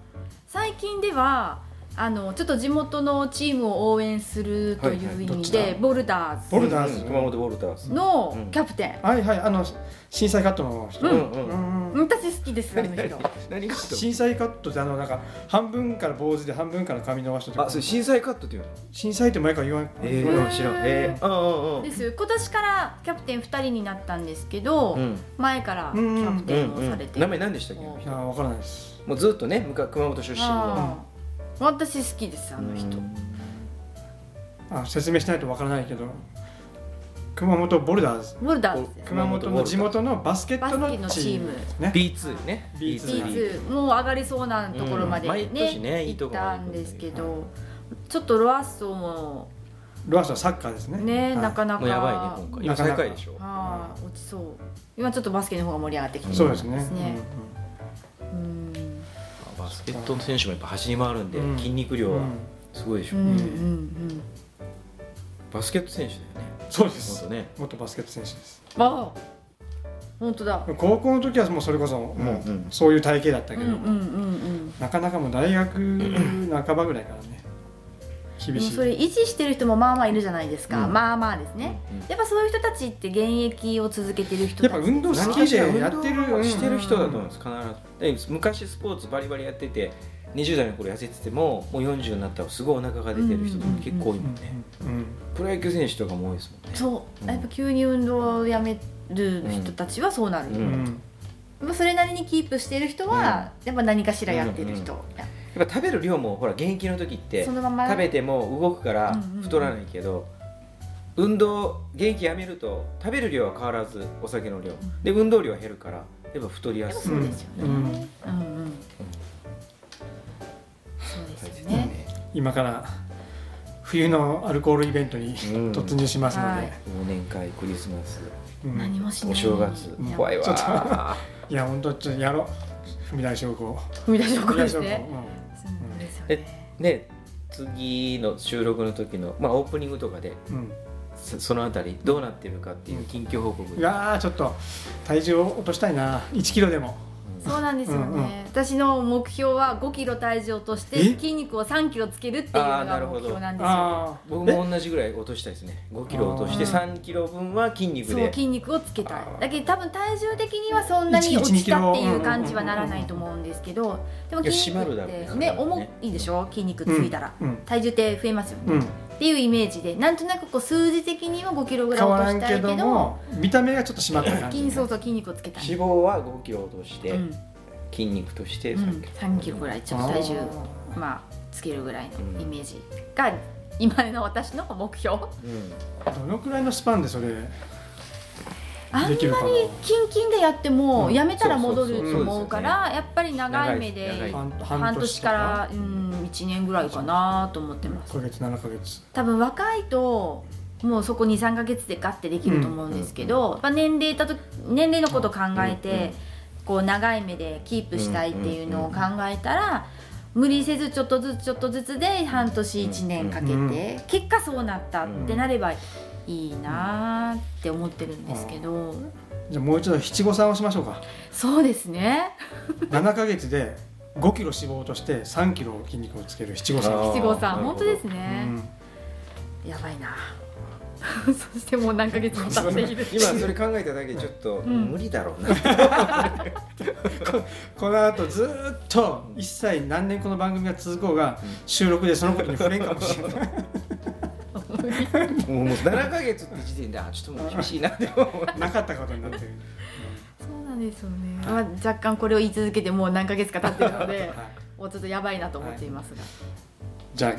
Speaker 6: 最近ではあのちょっと地元のチームを応援するとい
Speaker 4: はいうは
Speaker 6: 意
Speaker 4: い
Speaker 6: 味で、ボルダーズ
Speaker 3: ボルダーズ
Speaker 4: うん熊本ボルダーズ
Speaker 6: の
Speaker 4: うん
Speaker 6: キャプテン、
Speaker 3: はいはいあの震災カットの人、
Speaker 4: うんうん
Speaker 3: うん
Speaker 6: 私好きですあの人
Speaker 4: 何があった
Speaker 3: 震災カットってあのなんか半分から坊主で半分から髪伸ばしたと
Speaker 4: のあ
Speaker 3: か
Speaker 4: それ震災カットっていうの
Speaker 3: 震災って前から言わん、
Speaker 4: え
Speaker 3: 言わ
Speaker 6: ー
Speaker 3: な
Speaker 4: え知らんええうんうん
Speaker 6: です今年からキャプテン2人になったんですけど、
Speaker 4: うん
Speaker 6: 前からキャプ
Speaker 4: う
Speaker 6: テン
Speaker 4: ん
Speaker 6: を
Speaker 4: う
Speaker 6: さ
Speaker 4: ん
Speaker 6: れてる、
Speaker 4: 名前何でしたっけ
Speaker 3: いやわからないです
Speaker 4: もうずっとねむか熊本出身の
Speaker 6: あー私好きですあの人、
Speaker 3: あ説明しないとわからないけど熊本ボルダーズ
Speaker 6: ボルダーズです
Speaker 4: 熊
Speaker 3: 熊
Speaker 4: 本
Speaker 3: 本の地元のバスケットのチーム
Speaker 6: バスケのチ
Speaker 3: ね
Speaker 4: B2 ね
Speaker 3: B2
Speaker 6: ビーズもう上がりそうなところまで
Speaker 4: うん
Speaker 6: ね,、
Speaker 4: 毎年ねいい
Speaker 6: 行
Speaker 4: と
Speaker 6: っ
Speaker 4: こま
Speaker 6: た
Speaker 4: で行く
Speaker 6: ん
Speaker 4: んだけど
Speaker 6: ですけどちょっとロアッソも
Speaker 3: ロアスはサッカーですね
Speaker 6: ね、
Speaker 3: はい
Speaker 6: なかなか
Speaker 4: もうやばいね今回
Speaker 3: な
Speaker 4: 今
Speaker 3: かな
Speaker 4: 最
Speaker 3: か
Speaker 4: 下位でしょ
Speaker 6: あー落ちそう今ちょっとバスケの方が盛り上がってきて
Speaker 3: そうですね
Speaker 6: ですね
Speaker 3: うんうん
Speaker 6: うん
Speaker 4: バスケットの選手もやっぱ走り回るんで、
Speaker 3: うん
Speaker 4: 筋肉量はすごいでしょ、
Speaker 6: うんうんうん
Speaker 4: バスケット選手だよね
Speaker 3: そうで
Speaker 4: 本
Speaker 3: す
Speaker 4: 当ね
Speaker 3: 元バスケット選手です
Speaker 6: あ本当だ
Speaker 3: 高校の時はもうそれこそも
Speaker 4: うんうん
Speaker 3: うそういう体型だった
Speaker 6: うん
Speaker 3: け
Speaker 6: う
Speaker 3: ど、
Speaker 6: んうん
Speaker 3: なかなかもう大学半ばぐらいからね
Speaker 6: うん
Speaker 3: 厳
Speaker 6: でも
Speaker 3: しい
Speaker 6: それ維持してる人もまあまあいるじゃないですか、
Speaker 4: うん
Speaker 6: まあまあですね
Speaker 4: うんうん
Speaker 6: やっぱそういう人たちって現役を続けてる人
Speaker 3: や
Speaker 6: た
Speaker 3: っ
Speaker 6: ち
Speaker 3: ぱ運動好
Speaker 4: 何
Speaker 3: き
Speaker 4: かしら
Speaker 3: でやってる
Speaker 4: 運動はしてる人だと思うん
Speaker 3: ん
Speaker 4: です必ずで昔スポーツバリバリやってて20代の頃痩せててももう40になったらすごいお腹が出てる人とか結構多いもんね、
Speaker 3: うん
Speaker 4: プロ野球選手とかも多いですもんね
Speaker 6: そう
Speaker 4: うん
Speaker 6: やっぱ急に運動をやめる人たちはそうなる、
Speaker 4: うん
Speaker 3: う
Speaker 6: や
Speaker 3: ん
Speaker 6: っぱそれなりにキープしてる人は、やっぱ何かしらやってる人、や
Speaker 4: やっぱ食べる量もほら現役の時って
Speaker 6: そのまま
Speaker 4: 食べても動くから
Speaker 6: うんうんうん
Speaker 4: 太らないけど、運動現役やめると食べる量は変わらずお酒の量で運動量は減るからやっぱ太りやすい、
Speaker 6: そ
Speaker 3: ん
Speaker 6: うですよね、
Speaker 3: う
Speaker 6: うんんうんそうですよね、
Speaker 3: 今から冬のアルコールイベントに
Speaker 4: うん
Speaker 3: 突入しますので、
Speaker 4: 忘年会クリスマス
Speaker 3: うん
Speaker 6: 何もしない
Speaker 4: お正月
Speaker 3: うん
Speaker 4: 怖い
Speaker 3: ちょっと
Speaker 4: わ
Speaker 3: いや本当ちょっとやろう踏み台証拠
Speaker 6: 踏み出しをこ
Speaker 3: 踏み台証拠、
Speaker 6: れしてそうですよ
Speaker 4: え
Speaker 6: ね
Speaker 4: で次の収録の時の、まあ、オープニングとかで
Speaker 3: うんうん
Speaker 4: そそのあたりどうなってるかっていう近況報告
Speaker 3: いやーちょっと体重を落としたいな1キロでも
Speaker 6: そうなんですよね、
Speaker 3: うんうん
Speaker 6: 私の目標は5キロ体重を落として
Speaker 3: え
Speaker 6: 筋肉を3キロつけるっていうの
Speaker 4: あーなる
Speaker 6: が
Speaker 4: ほ
Speaker 6: 目
Speaker 4: ど
Speaker 6: 標なんですよ
Speaker 3: ああ
Speaker 4: 僕も同じぐらい落としたいですね5キロ落として
Speaker 6: あー
Speaker 4: 3キロ分は筋肉
Speaker 6: そう
Speaker 4: で
Speaker 6: 筋肉をつけたい
Speaker 4: あー
Speaker 6: だけど多分体重的にはそんなに落ちたっていう感じはならないと思うんですけどでも筋
Speaker 4: い
Speaker 6: 肉
Speaker 4: や締まるだ
Speaker 6: っ
Speaker 4: ろうね
Speaker 6: て
Speaker 4: 体
Speaker 6: ね
Speaker 4: はね
Speaker 6: 重いでしょ筋肉ついたら、
Speaker 3: うん
Speaker 6: 体重って増えますよね、
Speaker 3: うん
Speaker 6: っていうイメージでなんとなくこう数字的には5キロぐらい
Speaker 3: 変わらん
Speaker 6: 落としたい
Speaker 3: け
Speaker 6: けど
Speaker 3: ども見た目がちょっと締まった感じ
Speaker 6: 筋そうそう筋肉をつけたい、
Speaker 4: 脂肪は5キロ落として、
Speaker 6: うん
Speaker 4: 筋肉として
Speaker 6: うん、
Speaker 4: 3
Speaker 6: 3キロぐらいちょっと体重
Speaker 3: あ
Speaker 6: まあつけるぐらいのイメージが今の私の目標
Speaker 4: うん
Speaker 3: ーどのくらいのスパンでそれ
Speaker 6: あんま
Speaker 3: で
Speaker 6: り
Speaker 3: き
Speaker 6: キ
Speaker 3: るかな
Speaker 6: ンキンでやっても
Speaker 3: うん
Speaker 6: やめたら戻
Speaker 4: そうそうそう
Speaker 6: ると思うからやっぱり長い
Speaker 4: 長
Speaker 6: 目
Speaker 4: いです
Speaker 6: で
Speaker 4: 長
Speaker 3: 半
Speaker 6: 半年からうん1年ぐらいかなと思ってます
Speaker 3: 1ヶ月7ヶ月
Speaker 6: 多分若いともうそこ23か月でガッてできると思うんですけど、やっぱ年齢たと年齢のこと考えて、
Speaker 4: うんうん
Speaker 6: こう長い目でキープしたいっていうのを考えたら、無理せずちょっとずつちょっとずつで半年1年かけて、
Speaker 3: うんうん
Speaker 6: 結果そうなったってなればいいなーって思ってるんですけど、
Speaker 3: じゃあもう一度七五三をしましょう か
Speaker 6: そうですね
Speaker 3: 7ヶ月で5キロ脂肪を落として3キロ筋肉をつける七五
Speaker 4: あー
Speaker 3: 三
Speaker 6: 七五三
Speaker 4: なるほど
Speaker 6: 本当です
Speaker 3: う
Speaker 6: ね、
Speaker 3: ん
Speaker 6: やばいな そしてもう何ヶ月も経っている
Speaker 4: 今それ考えただけでちょっと
Speaker 6: ん
Speaker 4: 無理だろう な、
Speaker 3: この後ずーっと一切何年この番組が続こうが収録でそのことに触れんかもしれない
Speaker 4: もうもう7ヶ月って時点であちょっともう厳しいなって思う
Speaker 3: なかったことにな ってる
Speaker 6: そうなんですよね、まあ、若干これを言い続けてもう何ヶ月か経ってるので
Speaker 3: はい
Speaker 6: もうちょっとやばいなと思っていますが、
Speaker 3: じゃあ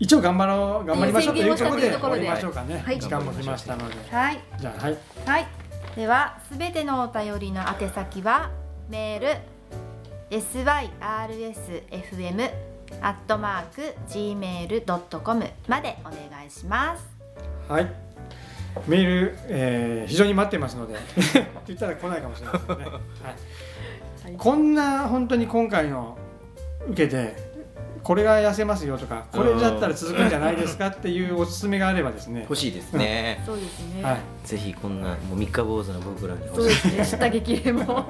Speaker 3: 一応頑張ろう頑張りましょうということ
Speaker 6: 宣
Speaker 3: で
Speaker 6: 言をしたというとこ
Speaker 3: 終
Speaker 6: ろ
Speaker 3: わ
Speaker 6: で
Speaker 3: りましょうかね、
Speaker 6: はい
Speaker 3: 時間も来ましたので
Speaker 6: はい
Speaker 3: じゃあはい
Speaker 6: はいではすべてのお便りの宛先はメール syrsfm アットマーク gmail.com までお願いします
Speaker 3: はいメール、えー非常に待ってますので って言ったら来ないかもしれないですけどね、はい
Speaker 6: はい
Speaker 3: こんな本当に今回の受けてこれが痩せますよとかこれだったら続くんじゃないですかっていうおすすめがあればですね
Speaker 4: 欲、しいですね、
Speaker 6: そうですね
Speaker 3: はい、
Speaker 4: ぜひこんなもう三日坊主な僕らに
Speaker 6: そう
Speaker 4: 欲し
Speaker 6: で
Speaker 4: い
Speaker 6: すね下激励 も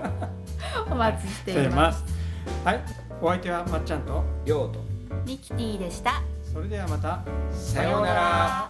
Speaker 6: お待ちしています
Speaker 3: すはいお相手はまっちゃんと
Speaker 4: 用途
Speaker 5: ミキティでした
Speaker 3: それではまた
Speaker 4: さようなら